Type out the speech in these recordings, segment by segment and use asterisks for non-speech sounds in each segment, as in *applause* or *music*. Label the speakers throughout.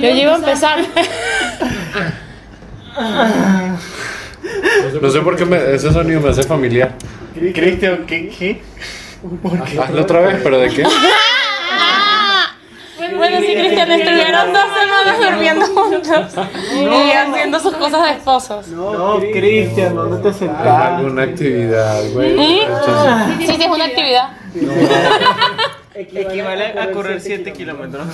Speaker 1: Yo llevo a empezar.
Speaker 2: No sé por qué me- ese sonido me hace familiar.
Speaker 3: Cristian, ¿qué? qué? ¿Por qué?
Speaker 2: Hazlo otra vez, pero ¿de qué?
Speaker 1: Bueno, sí, Cristian, estuvieron dos semanas durmiendo juntos y haciendo sus cosas de esposos.
Speaker 3: No, Cristian, ¿dónde te
Speaker 1: Ah.
Speaker 2: Haz
Speaker 3: sentaste?
Speaker 2: alguna actividad, güey.
Speaker 1: ¿Sí?
Speaker 2: Entonces,
Speaker 1: Sí, sí, es una actividad.
Speaker 3: Equivale a correr 7 kilómetros.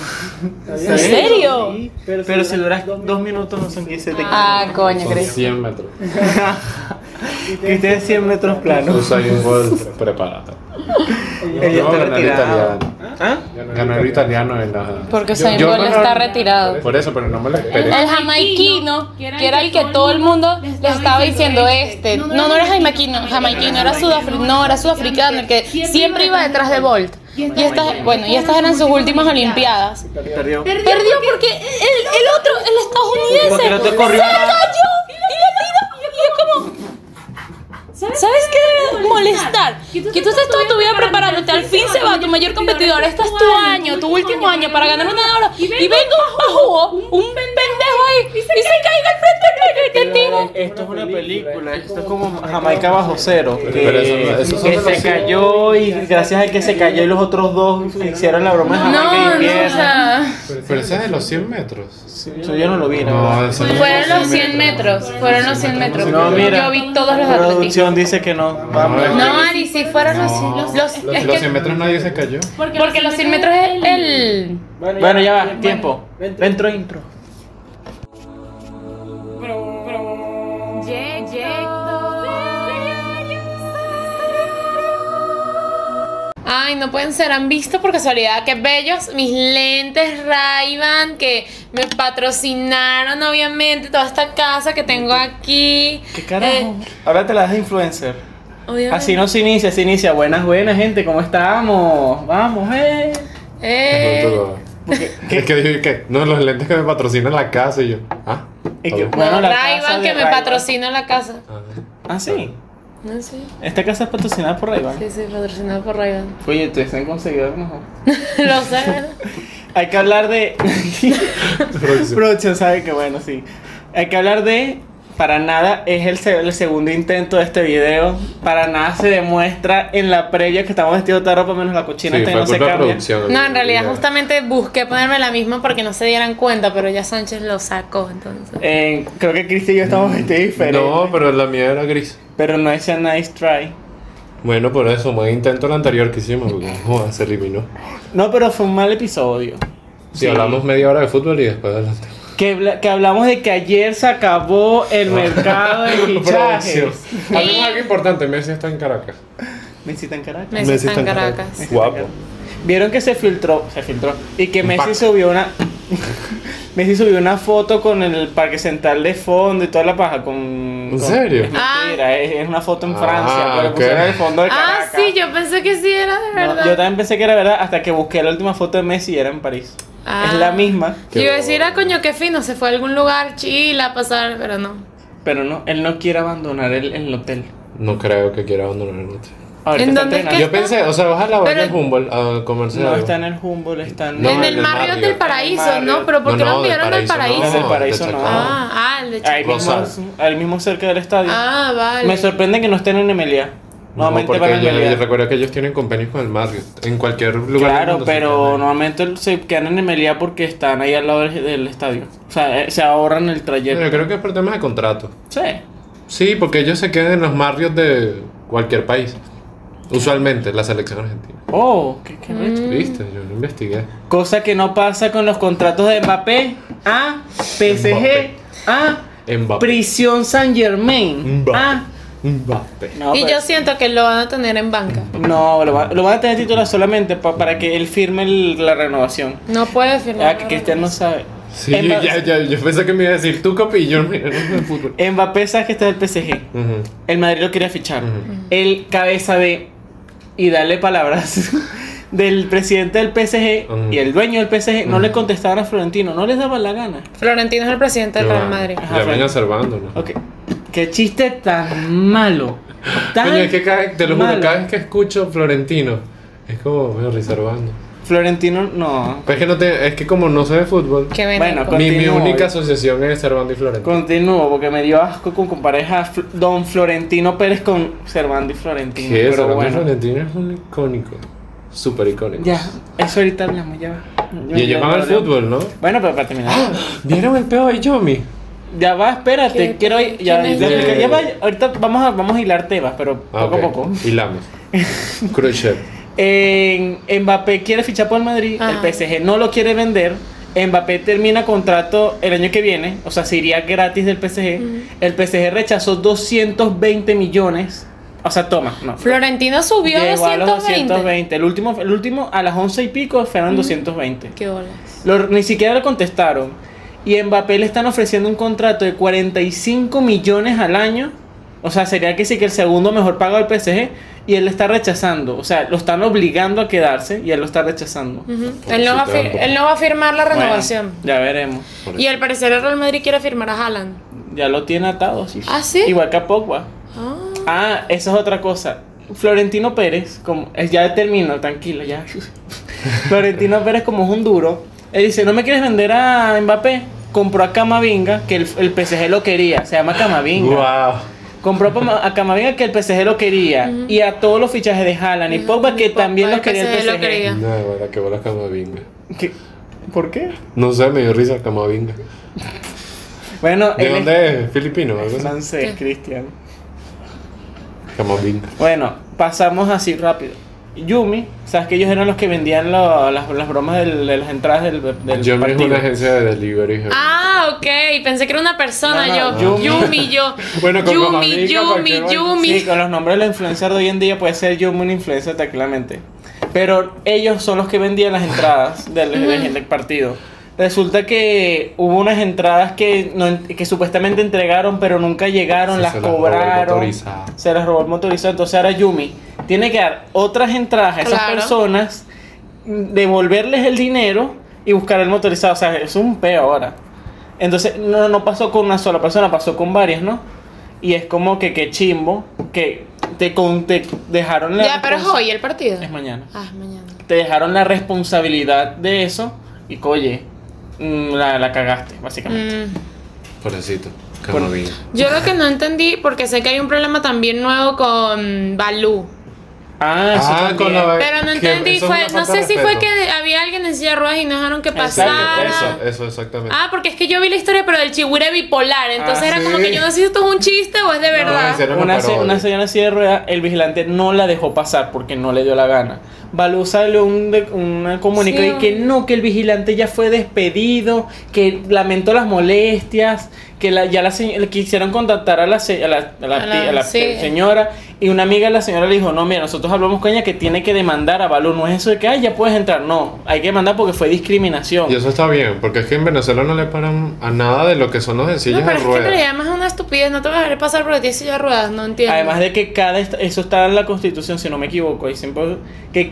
Speaker 1: ¿En serio?
Speaker 3: Pero si duras 2 minutos no son 17
Speaker 1: Ah, coño,
Speaker 2: Son
Speaker 1: Cristian.
Speaker 2: 100 metros.
Speaker 3: kilómetros. Cristian es 100 metros plano.
Speaker 2: Usain Bolt, prepárate.
Speaker 3: Ella
Speaker 2: Yo
Speaker 3: está
Speaker 2: ganar
Speaker 3: retirada.
Speaker 2: italiano.
Speaker 3: ¿Ah?
Speaker 2: Ganar italiano en la...
Speaker 1: Porque Usain
Speaker 2: Yo- yo
Speaker 1: Bolt
Speaker 2: ganar-
Speaker 1: está retirado. Eh,
Speaker 2: Por eso, pero no me lo esperé.
Speaker 1: El jamaiquino, que era el que todo el mundo le estaba diciendo este. No, no era jamaiquino, jamaiquino, era, sudafri- no, era sudafricano, el que siempre iba detrás de Bolt. Y estas, bueno, y estas eran sus últimas olimpiadas. Perdió
Speaker 3: Perdió.
Speaker 1: porque el, el otro, el estadounidense,
Speaker 3: Porque no te corrió
Speaker 1: se le
Speaker 3: nada.
Speaker 1: cayó y le tiró. Y yo como... ¿Sabes qué debe molestar? Que tú estás toda tu vida preparándote, al fin se va tu mayor competidor, este es tu año, tu último año para ganar una hora y venga un pajugo, un pendejo ahí y se caiga al frente del tiro.
Speaker 3: Esto es una película, esto es como Jamaica bajo cero.
Speaker 2: Pero eso-
Speaker 3: Que,
Speaker 2: esos son
Speaker 3: que
Speaker 2: los-
Speaker 3: se cayó y gracias a que se cayó y los otros dos hicieron la broma de Jamaica y pierden.
Speaker 2: Pero ese es de los 100 metros.
Speaker 3: Eso yo no lo vi, la
Speaker 2: No,
Speaker 3: verdad.
Speaker 2: eso no
Speaker 1: fueron los 100 metros, fueron los 100 metros.
Speaker 3: No, mira.
Speaker 1: Yo vi todos los atletistas.
Speaker 3: Producción dice que no.
Speaker 2: No,
Speaker 1: No, Ari, sí fueron los, los, los-
Speaker 2: Los,
Speaker 1: es
Speaker 2: los
Speaker 1: que-
Speaker 2: 100 metros nadie se cayó.
Speaker 1: porque los 100 metros es el...
Speaker 3: Bueno, ya va, tiempo. Dentro intro.
Speaker 1: Ay, no pueden ser, han visto por casualidad que bellos mis lentes ray que me patrocinaron obviamente toda esta casa que tengo aquí.
Speaker 3: ¿Qué carajo?
Speaker 1: Eh,
Speaker 3: Ahora te la das de influencer.
Speaker 1: obviamente.
Speaker 3: Así no se inicia, se inicia. Buenas, buenas, gente, ¿cómo estamos? Vamos, eh.
Speaker 1: Eh,
Speaker 2: Es que dije que no, los lentes que me patrocinan la casa y yo. Ah,
Speaker 3: Y que-
Speaker 2: ok.
Speaker 3: Bueno, la casa
Speaker 1: Ray-Ban
Speaker 3: de
Speaker 1: que me
Speaker 3: Ray-Ban.
Speaker 1: patrocina la casa.
Speaker 2: Ah.
Speaker 3: Ah, sí.
Speaker 1: No sé.
Speaker 3: Esta casa es patrocinada por Ray-Ban.
Speaker 1: Sí, sí, patrocinada por Ray-Ban. *laughs*
Speaker 3: Oye, tú estás conseguido mejor.
Speaker 1: Lo sé, ¿verdad?
Speaker 3: Hay que
Speaker 2: *laughs*
Speaker 3: hablar de.
Speaker 2: Producción.
Speaker 3: Producción sabe que bueno, sí. Hay que hablar de. Para nada es el, se- el segundo intento de este video. Para nada se demuestra en la previa que estamos vestidos de ropa menos la cochina.
Speaker 2: Sí,
Speaker 3: esta
Speaker 2: fue
Speaker 3: que no se
Speaker 2: culpa de
Speaker 3: cambia.
Speaker 2: producción.
Speaker 1: No, en realidad justamente busqué ponerme la misma porque no se dieran cuenta, pero ya Sánchez lo sacó, entonces.
Speaker 3: Eh, creo que Cristi y yo estamos vestidos diferentes.
Speaker 2: Mm, No, pero la mía era gris.
Speaker 3: Pero no es a nice try.
Speaker 2: Bueno, por eso, buen intento el anterior que hicimos, porque
Speaker 1: *laughs*
Speaker 2: joder, se eliminó.
Speaker 3: No, pero fue un mal episodio.
Speaker 2: Si hablamos media hora de fútbol y después adelante.
Speaker 3: Que, habla- que hablamos de que ayer se acabó
Speaker 2: *laughs*
Speaker 3: el mercado de
Speaker 2: Producción.
Speaker 3: fichajes.
Speaker 2: Hablemos algo importante, Messi está en Caracas.
Speaker 3: Necesitan carácter.
Speaker 1: Messi está en Caracas.
Speaker 2: Guapo.
Speaker 3: Vieron que se filtró, se filtró y que
Speaker 2: Un
Speaker 3: Messi
Speaker 2: pack.
Speaker 3: subió una *laughs* Messi subió una foto con el Parque Central de fondo y toda la paja con ¿En
Speaker 2: serio?
Speaker 3: Es mentira, es, es una foto en
Speaker 2: Ah,
Speaker 3: Francia, pero
Speaker 2: ok.
Speaker 3: pusieron el fondo de
Speaker 1: Ah,
Speaker 3: Caracas.
Speaker 1: sí, yo pensé que sí era de
Speaker 3: No,
Speaker 1: verdad.
Speaker 3: yo también pensé que era verdad hasta que busqué la última foto de Messi y era en París.
Speaker 1: Ah.
Speaker 3: Es la misma,
Speaker 1: Yo iba a decir, ah, coño, qué fino, se fue a algún lugar chila a pasar, pero no.
Speaker 3: pero no, él no quiere abandonar el, el hotel.
Speaker 2: No creo que quiera abandonar el hotel.
Speaker 3: Ahorita
Speaker 1: ¿En
Speaker 3: está
Speaker 1: dónde es que-
Speaker 3: entrenando.
Speaker 2: Yo pensé, o sea, ojalá vaya
Speaker 1: Pero-
Speaker 2: a Humboldt a comerse
Speaker 3: No
Speaker 2: algo.
Speaker 3: está en el Humboldt, está en,
Speaker 2: No,
Speaker 1: en
Speaker 2: en
Speaker 1: el
Speaker 2: el
Speaker 1: Marriott
Speaker 2: Marriott.
Speaker 1: del Paraíso,
Speaker 3: Marriott.
Speaker 1: ¿no? Pero ¿por qué
Speaker 2: No,
Speaker 1: lo
Speaker 2: no, del
Speaker 1: enviaron al
Speaker 2: Paraíso no,
Speaker 1: paraíso?
Speaker 3: Del Paraíso
Speaker 2: de
Speaker 3: no.
Speaker 2: Chacao.
Speaker 1: Ah, ah, el de
Speaker 3: ahí
Speaker 1: Chacón.
Speaker 2: Rosal.
Speaker 3: mismo, ahí mismo cerca del estadio.
Speaker 1: Ah, vale.
Speaker 3: Me sorprende que no estén en Emelia.
Speaker 2: No,
Speaker 3: Nuevamente
Speaker 2: porque
Speaker 3: van a
Speaker 2: yo-
Speaker 3: Emelia.
Speaker 2: yo recuerdo que ellos tienen convenios con el Marriott. En cualquier lugar. del
Speaker 3: Claro,
Speaker 2: mundo se
Speaker 3: pero
Speaker 2: quedan ahí.
Speaker 3: normalmente se quedan en Emelia porque están ahí al lado del, del estadio. O sea, eh, se ahorran el
Speaker 2: Pero
Speaker 3: trayecto.
Speaker 2: creo que es por temas de contrato.
Speaker 3: Sí.
Speaker 2: Sí, porque ellos se quedan en los Marriott de cualquier país. Usualmente, la selección argentina.
Speaker 3: Oh, qué,
Speaker 1: Mm.
Speaker 3: qué recho.
Speaker 2: ¿Viste? Yo lo investigué.
Speaker 3: Cosa que no pasa con los contratos de Mbappé, Ah, a PSG,
Speaker 2: Mbappé.
Speaker 3: a
Speaker 2: Mbappé.
Speaker 3: Ah, Prisión San Germain.
Speaker 2: Mbappé.
Speaker 3: Ah,
Speaker 2: Mbappé.
Speaker 3: no,
Speaker 1: Y
Speaker 3: pero-
Speaker 1: yo siento que lo van a tener en banca.
Speaker 3: no, lo, va- lo van a tener titular solamente pa- para que él firme el- la renovación.
Speaker 1: No puede firmar.
Speaker 3: Ah, que Cristiano no sabe.
Speaker 2: Sí,
Speaker 3: Mba-
Speaker 2: ya, ya, yo pensé que me iba a decir tú, Copi, y yo mira, no me
Speaker 3: Eh,
Speaker 2: fútbol.
Speaker 3: Mbappé sabe que está del PSG.
Speaker 2: Ujú.
Speaker 3: El Madrid lo quería fichar.
Speaker 2: Ujú.
Speaker 3: El cabeza de. Y darle palabras *laughs* del presidente del PSG
Speaker 2: Ujú.
Speaker 3: y el dueño del PSG no
Speaker 2: Ujú.
Speaker 3: le contestaban a Florentino, no les daban la gana.
Speaker 1: Florentino es el presidente del
Speaker 2: Ya
Speaker 1: Real
Speaker 2: va-
Speaker 1: Madrid.
Speaker 3: Ajá,
Speaker 2: Ya
Speaker 3: Fran.
Speaker 2: ven observando, ¿no?
Speaker 3: Ok. Qué chiste tan malo. Tan
Speaker 2: Coño, es que cada, te lo juro,
Speaker 3: malo.
Speaker 2: cada vez que escucho Florentino, es como, bueno, reservando.
Speaker 3: Florentino no.
Speaker 2: Pero es que, no te, es que como no sé de fútbol,
Speaker 1: Qué
Speaker 3: Bueno, pues,
Speaker 1: veneco.
Speaker 3: con-
Speaker 2: mi, mi
Speaker 3: Continúo.
Speaker 2: única asociación es Servando y Florentino.
Speaker 3: Continúo, porque me dio asco con comparar a Fl- Don Florentino Pérez con Servando y Florentino.
Speaker 2: Que
Speaker 3: pero
Speaker 2: Servando y
Speaker 3: bueno.
Speaker 2: Florentino es un icónico. Súper icónico.
Speaker 3: Ya, eso ahorita hablamos, ya va.
Speaker 2: Y ellos van al fútbol, ¿no?
Speaker 3: Bueno, pero para terminar.
Speaker 2: ¿Vieron el peo de Yomi?
Speaker 3: Ya va, espérate,
Speaker 1: ¿Qué-
Speaker 3: quiero ir. Ya,
Speaker 1: quién es
Speaker 3: ya-
Speaker 2: Yomi?
Speaker 3: ya va, ahorita vamos a, vamos a hilar temas, pero poco
Speaker 2: Eh. Ah, ok.
Speaker 3: a poco.
Speaker 1: *laughs*
Speaker 2: Hilamos. Crochet.
Speaker 3: En, Mbappé quiere fichar por el Madrid,
Speaker 1: Ajá.
Speaker 3: el PSG no lo quiere vender. Mbappé termina contrato el año que viene, o sea, se iría gratis del PSG. El PSG rechazó 220 millones. O sea, toma, no.
Speaker 1: Florentino subió a
Speaker 3: Llegó a los
Speaker 1: 220.
Speaker 3: 220. El último, el último a las 11 y pico fueron 220.
Speaker 1: Qué bolas.
Speaker 3: Lo- ni siquiera le contestaron. Y Mbappé le están ofreciendo un contrato de 45 millones al año. O sea, sería que sí que el segundo mejor pago del PSG. Y él le está rechazando. O sea, lo están obligando a quedarse y él lo está rechazando.
Speaker 1: Ujú. Él, no va a fir-
Speaker 2: Pobrecito.
Speaker 1: él no va a firmar la
Speaker 3: Bueno,
Speaker 1: renovación.
Speaker 3: ya veremos.
Speaker 1: Y al parecer el Real Madrid quiere firmar a Haaland.
Speaker 3: Ya lo tiene atado, sí.
Speaker 1: ¿Ah, sí?
Speaker 3: Igual que a Pogba.
Speaker 1: Ah.
Speaker 3: Ah, esa es otra cosa. Florentino Pérez, como eh, ya termino, tranquilo, ya. *laughs* Florentino Pérez, como es un duro, él dice: No me quieres vender a Mbappé. Compró a Camavinga, que el, el PSG lo quería. Se llama Camavinga.
Speaker 2: Wow.
Speaker 3: Compró pa- a Camavinga, que el PSG lo quería. Y a todos los fichajes de Haaland y Pogba, que
Speaker 1: Pogba,
Speaker 3: también
Speaker 1: el
Speaker 3: lo quería el
Speaker 1: PSG
Speaker 3: PSG.
Speaker 1: lo quería.
Speaker 2: No, ahora que bola Camavinga.
Speaker 3: ¿Qué? ¿Por qué?
Speaker 2: No sé, me dio risa Camavinga.
Speaker 3: Bueno,
Speaker 2: ¿De
Speaker 3: él es-
Speaker 2: dónde es? ¿Filipino? o algo
Speaker 3: es
Speaker 2: así?
Speaker 3: francés,
Speaker 1: ¿Qué?
Speaker 3: Cristian.
Speaker 2: Camavinga.
Speaker 3: Bueno, pasamos así rápido. Yumi, sabes que ellos eran los que vendían lo- las, las bromas del- de las entradas del, del
Speaker 2: Yomi es
Speaker 3: partido.
Speaker 2: una agencia de delivery. ¿no?
Speaker 1: Ah, ok, pensé que era una persona,
Speaker 3: No, no,
Speaker 1: yo.
Speaker 3: no.
Speaker 1: Yumi, yo.
Speaker 2: *laughs* Bueno, con
Speaker 1: Yumi,
Speaker 2: Camavinga,
Speaker 1: Yumi,
Speaker 2: cualquier vaina.
Speaker 1: Yumi.
Speaker 3: Sí, con los nombres de los influencers de hoy en día puede ser Yumi un influencer tranquilamente. Pero ellos son los que vendían las entradas del, del- del partido. Resulta que hubo unas entradas que, no en- que supuestamente entregaron, pero nunca llegaron,
Speaker 2: Sí,
Speaker 3: las
Speaker 2: se las robó el
Speaker 3: cobraron.
Speaker 2: motorizado.
Speaker 3: Se las robó el motorizado. Entonces ahora Yumi tiene que dar otras entradas a esas
Speaker 1: Claro.
Speaker 3: personas, devolverles el dinero y buscar el motorizado. O sea, es un peo ahora. Entonces, no, no pasó con una sola persona, pasó con varias, ¿no? Y es como que qué chimbo, que te, con, te dejaron la...
Speaker 1: Ya, pero es
Speaker 3: responsa-
Speaker 1: hoy el partido.
Speaker 3: Es mañana.
Speaker 1: Ah, es mañana.
Speaker 3: Te dejaron la responsabilidad de eso y, oye, mm, la, la cagaste, básicamente.
Speaker 1: Mm.
Speaker 2: Pobrecito. Camavinga.
Speaker 1: Yo lo que no entendí, porque sé que hay un problema también nuevo con Balú. Mm.
Speaker 3: Ah, eso también.
Speaker 1: Pero no
Speaker 2: que
Speaker 1: entendí,
Speaker 2: eso es
Speaker 1: fue,
Speaker 2: una
Speaker 1: no
Speaker 2: falta
Speaker 1: sé
Speaker 2: de
Speaker 1: si fue
Speaker 2: respeto.
Speaker 1: que había alguien en silla de ruedas y no dejaron que
Speaker 3: Exacto,
Speaker 1: pasara.
Speaker 2: Eso, eso, exactamente.
Speaker 1: Ah, porque es que yo vi la historia, pero del chigure bipolar. Entonces
Speaker 3: Ah,
Speaker 1: era como
Speaker 2: sí.
Speaker 1: que yo no sé si esto es un chiste o es de verdad.
Speaker 2: hicieron una
Speaker 3: Una, se-
Speaker 2: parodia.
Speaker 3: una señora en silla de ruedas, el vigilante no la dejó pasar porque no le dio la gana. Balú salió un, de- una comunicado
Speaker 1: Sí,
Speaker 3: y que
Speaker 1: un-
Speaker 3: no, que el vigilante ya fue despedido, que lamentó las molestias, que la, ya la se- le quisieron contactar a la, se- a la, a la
Speaker 1: A
Speaker 3: ti-
Speaker 1: la-
Speaker 3: a la
Speaker 1: sí.
Speaker 3: pe- señora y una amiga de la señora le dijo, no, mira, nosotros hablamos con ella que tiene que demandar a Balú, no es eso de que, ay, ya puedes entrar, no, hay que demandar porque fue discriminación.
Speaker 2: Y eso está bien, porque es que en Venezuela no le paran a nada de lo que son los
Speaker 1: No,
Speaker 2: sencillos
Speaker 1: pero
Speaker 2: de
Speaker 1: es que en
Speaker 2: ruedas.
Speaker 1: realidad además es una estupidez. No te vas a dejar pasar porque tienes silla de ruedas, no entiendo.
Speaker 3: Además de que cada est- eso está en la Constitución, si no me equivoco, y siempre que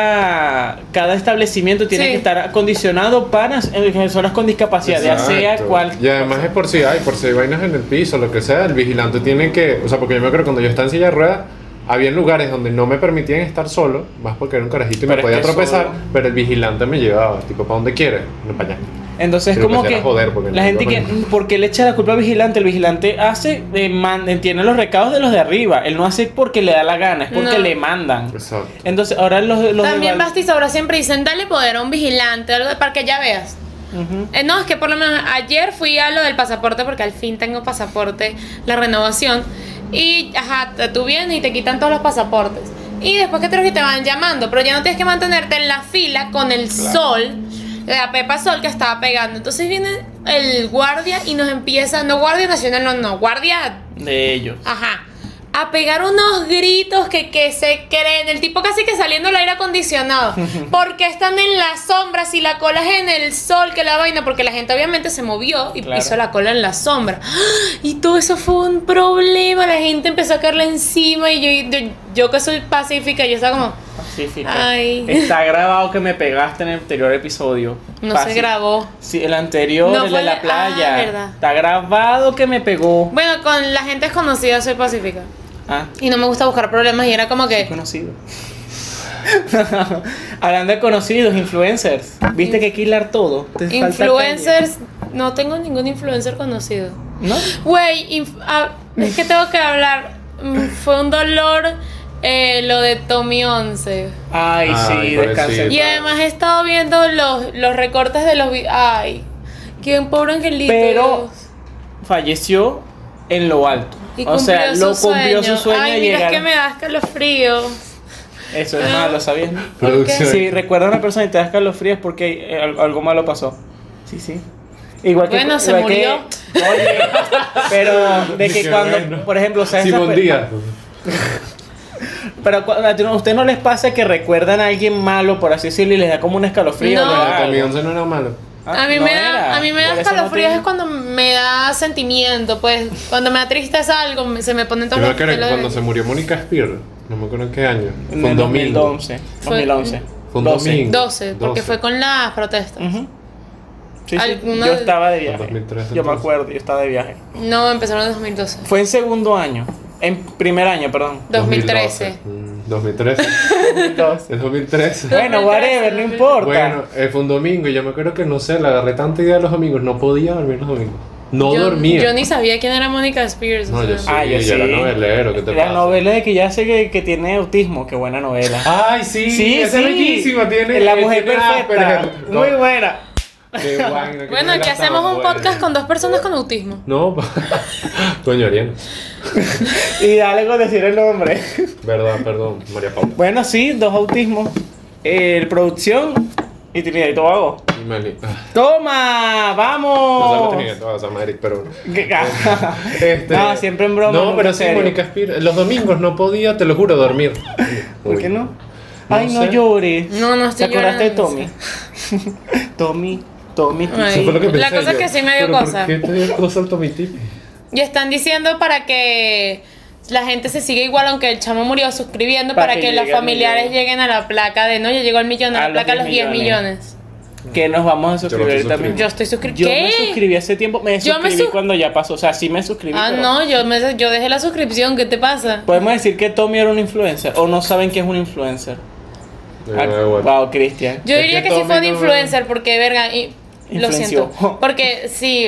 Speaker 3: cada cada establecimiento tiene
Speaker 1: Sí.
Speaker 3: que estar acondicionado para eh, personas con discapacidad, ya sea
Speaker 2: Exacto.
Speaker 3: cual
Speaker 2: Y además es por si hay, por si hay vainas en el piso, lo que sea, el vigilante tiene que, o sea, porque yo me acuerdo cuando yo estaba en silla de ruedas, había lugares donde no me permitían estar solo, más porque era un carajito y
Speaker 3: Pero
Speaker 2: me
Speaker 3: es
Speaker 2: podía
Speaker 3: que
Speaker 2: tropezar,
Speaker 3: solo.
Speaker 2: pero el vigilante me llevaba, tipo, ¿para dónde quieres? No, para allá.
Speaker 3: Entonces es
Speaker 2: Creo que
Speaker 3: como
Speaker 2: será
Speaker 3: que
Speaker 2: joder, porque
Speaker 3: la
Speaker 2: no
Speaker 3: gente
Speaker 2: lo
Speaker 3: que
Speaker 2: maneja.
Speaker 3: ¿por qué le echa la culpa al vigilante? El vigilante hace eh, man- entiende los recados de los de arriba, él no hace porque le da la gana, es porque
Speaker 1: No.
Speaker 3: le mandan.
Speaker 2: Exacto.
Speaker 3: Entonces ahora los, los de
Speaker 1: También
Speaker 3: Val-
Speaker 1: Basti Sabra siempre dicen, dale poder a un vigilante, algo para que ya veas.
Speaker 3: Ujú.
Speaker 1: Eh, no, es que por lo menos ayer fui a lo del pasaporte porque al fin tengo pasaporte, la renovación. Y, ajá, t- tú vienes y te quitan todos los pasaportes. Y después que te los- te van llamando, pero ya no tienes que mantenerte en la fila con el sol, la pepa sol que estaba pegando. Entonces viene el guardia y nos empieza, no guardia nacional, no, no, guardia
Speaker 3: de ellos.
Speaker 1: Ajá. A pegar unos gritos que, que se creen. El tipo casi que saliendo el aire
Speaker 3: *laughs*
Speaker 1: acondicionado. Porque están en las sombras y la cola es en el sol que la vaina. Porque la gente obviamente se movió y
Speaker 3: Claro.
Speaker 1: hizo la cola en la sombra. *gasps* ¡Ah! Y todo eso fue un problema. La gente empezó a caerle encima. Y yo, yo, yo que soy pacífica, yo estaba como.
Speaker 3: Pacífica.
Speaker 1: Ay.
Speaker 3: Está grabado que me pegaste en el anterior episodio.
Speaker 1: No
Speaker 3: Paci-
Speaker 1: se grabó.
Speaker 3: Sí, el anterior,
Speaker 1: No
Speaker 3: el
Speaker 1: fue
Speaker 3: de la
Speaker 1: el-
Speaker 3: playa.
Speaker 1: ah, verdad.
Speaker 3: Está grabado que me pegó.
Speaker 1: Bueno, con la gente desconocida soy pacífica.
Speaker 3: Ah,
Speaker 1: Y no me gusta buscar problemas. Y era como que.
Speaker 3: conocido. *laughs* Hablando de conocidos, influencers. Viste que hay que hilar todo. Te falta
Speaker 1: Influencers, no tengo ningún influencer conocido.
Speaker 3: caña. ¿No?
Speaker 1: Güey, inf- ah, es que tengo que hablar. Mm, Fue un dolor eh, lo de Tommy 11.
Speaker 2: Ay,
Speaker 3: Ay, sí,
Speaker 2: pobrecito.
Speaker 1: Y
Speaker 3: descansen.
Speaker 1: además he estado viendo los, los recortes de los... vi- Ay, quién pobre angelito.
Speaker 3: Pero falleció en lo alto.
Speaker 1: Y
Speaker 3: o sea,
Speaker 1: cumplió
Speaker 3: lo cumplió su sueño
Speaker 1: Ay,
Speaker 3: de
Speaker 1: mira,
Speaker 3: llegar.
Speaker 1: es que me das calofrío.
Speaker 3: Eso es malo, ¿sabías? no?
Speaker 2: Producción.
Speaker 3: Si recuerdas a una persona y te das calofríos es porque eh, al- algo malo pasó. Sí, sí. Igual que
Speaker 1: Bueno, se
Speaker 3: igual que-
Speaker 1: murió.
Speaker 3: oye, pero de que
Speaker 2: Qué
Speaker 3: cuando,
Speaker 2: bueno.
Speaker 3: por ejemplo, o sea, Ah, esas
Speaker 2: Simón
Speaker 3: per-
Speaker 2: Díaz.
Speaker 3: Pero cuando, a ustedes no les pasa que recuerdan a alguien malo, por así decirlo, y les da como un escalofrío.
Speaker 1: No.
Speaker 3: les da
Speaker 2: Ah,
Speaker 3: algo?
Speaker 2: Tommy 11 no era malo.
Speaker 3: Ah,
Speaker 1: a mí
Speaker 3: no
Speaker 1: me
Speaker 3: era.
Speaker 1: da, a mí me da
Speaker 3: Por eso no
Speaker 1: escalofríos
Speaker 3: te-
Speaker 1: es cuando me da sentimiento, pues cuando me da tristeza algo me- se me ponen
Speaker 2: Yo
Speaker 1: todos
Speaker 2: me
Speaker 1: los
Speaker 2: acuerdo que
Speaker 1: pelos de-
Speaker 2: cuando se murió Mónica Spear, no me acuerdo en qué año. Fue
Speaker 3: En
Speaker 2: un
Speaker 3: el
Speaker 2: domingo.
Speaker 3: 2011.
Speaker 1: Fue-
Speaker 3: 2011.
Speaker 2: Fue un
Speaker 3: 12.
Speaker 2: domingo.
Speaker 1: 12, porque
Speaker 2: 12.
Speaker 1: fue con las protestas.
Speaker 3: Ujú. Sí, sí,
Speaker 1: Alguna-
Speaker 3: Yo estaba de viaje.
Speaker 2: Fue 2013
Speaker 3: yo me
Speaker 2: entonces.
Speaker 3: acuerdo, yo estaba de viaje.
Speaker 1: No, empezaron en 2012.
Speaker 3: Fue en segundo año. En primer año,
Speaker 1: *laughs*
Speaker 3: perdón.
Speaker 1: 2013.
Speaker 2: Mm, 2013. *laughs* Es 2013.
Speaker 3: bueno, whatever, no importa.
Speaker 2: Bueno, eh, fue un domingo y yo me acuerdo que no sé, le agarré tanta idea de los domingos, no podía dormir los domingos. No
Speaker 1: yo,
Speaker 2: dormía.
Speaker 1: yo ni sabía quién era Mónica Spears.
Speaker 2: No,
Speaker 1: o sea.
Speaker 2: yo sí.
Speaker 3: Ah, yo
Speaker 2: y
Speaker 3: sí.
Speaker 2: era novelero, ¿qué te
Speaker 3: La
Speaker 2: pasa?
Speaker 3: novela de que ya sé que, que tiene autismo, qué buena novela.
Speaker 2: Ay, sí,
Speaker 3: sí,
Speaker 2: esa
Speaker 3: sí.
Speaker 2: es bellísima, tiene
Speaker 3: La mujer
Speaker 2: tiene
Speaker 3: perfecta.
Speaker 2: Asperger.
Speaker 3: Muy
Speaker 2: No,
Speaker 3: buena.
Speaker 2: qué vaina, qué
Speaker 1: Bueno,
Speaker 2: novela
Speaker 1: aquí
Speaker 2: tan
Speaker 1: hacemos un
Speaker 3: pues.
Speaker 2: buena.
Speaker 1: podcast con dos personas con autismo.
Speaker 2: No, *laughs* coño Ariana.
Speaker 3: Y dale con decir el nombre. *laughs*
Speaker 2: Verdad, perdón, María Paula.
Speaker 3: Bueno, sí, dos autismos. El producción y Trinidad y Tobago.
Speaker 2: Y *laughs* Mali. Ah,
Speaker 3: ¡Toma!
Speaker 2: pensaba
Speaker 3: ¡Vamos!
Speaker 2: que tenía todas a Madrid, pero bueno.
Speaker 3: Que- *laughs* ah.
Speaker 2: Este-
Speaker 3: No, siempre en broma,
Speaker 2: No,
Speaker 3: nunca
Speaker 2: pero
Speaker 3: en
Speaker 2: sí,
Speaker 3: serio.
Speaker 2: Mónica Spear. Los domingos no podía, te lo juro, dormir.
Speaker 3: ¿Por
Speaker 2: Uy.
Speaker 3: qué no? Ay, no
Speaker 2: sé.
Speaker 3: llores.
Speaker 1: No, no estoy
Speaker 3: ¿Te acordaste de Tommy?
Speaker 1: llorando.
Speaker 3: *laughs* Tommy, Tommy.
Speaker 1: Ay.
Speaker 2: Eso fue lo que
Speaker 1: La
Speaker 2: pensé
Speaker 1: cosa
Speaker 2: yo.
Speaker 1: que sí me dio
Speaker 2: Pero, ¿por
Speaker 1: cosa.
Speaker 2: qué te dio cosa el tomitipi?
Speaker 1: Y están diciendo para que la gente se siga igual aunque el chamo murió suscribiendo
Speaker 3: Para
Speaker 1: para,
Speaker 3: que
Speaker 1: que, los
Speaker 3: llegue al
Speaker 1: familiares
Speaker 3: millón.
Speaker 1: lleguen a la placa de no, ya llegó al millón, a,
Speaker 3: A
Speaker 1: la
Speaker 3: los
Speaker 1: placa a los 10
Speaker 3: 10 millones.
Speaker 1: millones.
Speaker 3: Que nos vamos a
Speaker 2: Yo no estoy
Speaker 3: suscribir también.
Speaker 2: suscrito.
Speaker 1: Yo estoy suscrito.
Speaker 3: Yo me suscribí hace tiempo, me
Speaker 1: Yo me
Speaker 3: suscribí
Speaker 1: su-
Speaker 3: cuando ya pasó, o sea, sí me suscribí.
Speaker 1: Ah,
Speaker 3: pero-
Speaker 1: no, yo, me, yo dejé la suscripción, ¿qué te pasa?
Speaker 3: Podemos decir que Tommy era un influencer o no saben que es un influencer.
Speaker 2: Ah,
Speaker 3: Ah,
Speaker 2: bueno.
Speaker 3: Wow, Cristian.
Speaker 1: Yo
Speaker 2: Es
Speaker 1: diría
Speaker 2: que
Speaker 1: que sí
Speaker 2: Tommy
Speaker 1: fue de
Speaker 2: no-
Speaker 1: influencer porque, verga, y- lo
Speaker 3: Influenció.
Speaker 1: siento. Porque sí,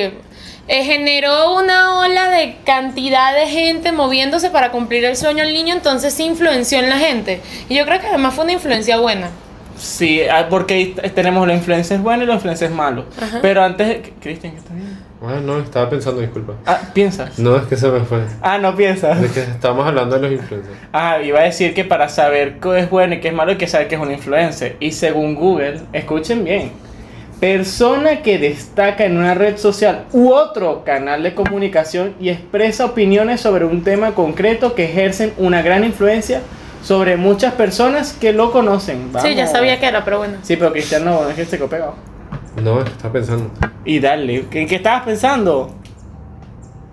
Speaker 1: eh, generó una ola de cantidad de gente moviéndose para cumplir el sueño al niño, entonces sí influenció en la gente. Y yo creo que además fue una influencia buena.
Speaker 3: Sí, ah, porque ahí t- tenemos los influencers buenos y los influencers malos. Pero antes, Cristian, ¿qué estás viendo?
Speaker 2: Ah, no, estaba pensando, disculpa.
Speaker 3: Ah,
Speaker 2: *laughs*
Speaker 3: piensas.
Speaker 2: No, es que se me fue.
Speaker 3: Ah, no piensas.
Speaker 2: Es que estamos hablando de los influencers.
Speaker 3: Ah, iba a decir que para saber qué es bueno y qué es malo hay que saber que es un influencer. Y según Google, escuchen bien, persona que destaca en una red social u otro canal de comunicación y expresa opiniones sobre un tema concreto que ejercen una gran influencia sobre muchas personas que lo conocen.
Speaker 1: Sí, ya sabía que era, pero bueno.
Speaker 3: Sí, pero Cristiano no es que se quedó pegado.
Speaker 2: No, estaba pensando.
Speaker 3: Y dale, ¿en qué estabas pensando?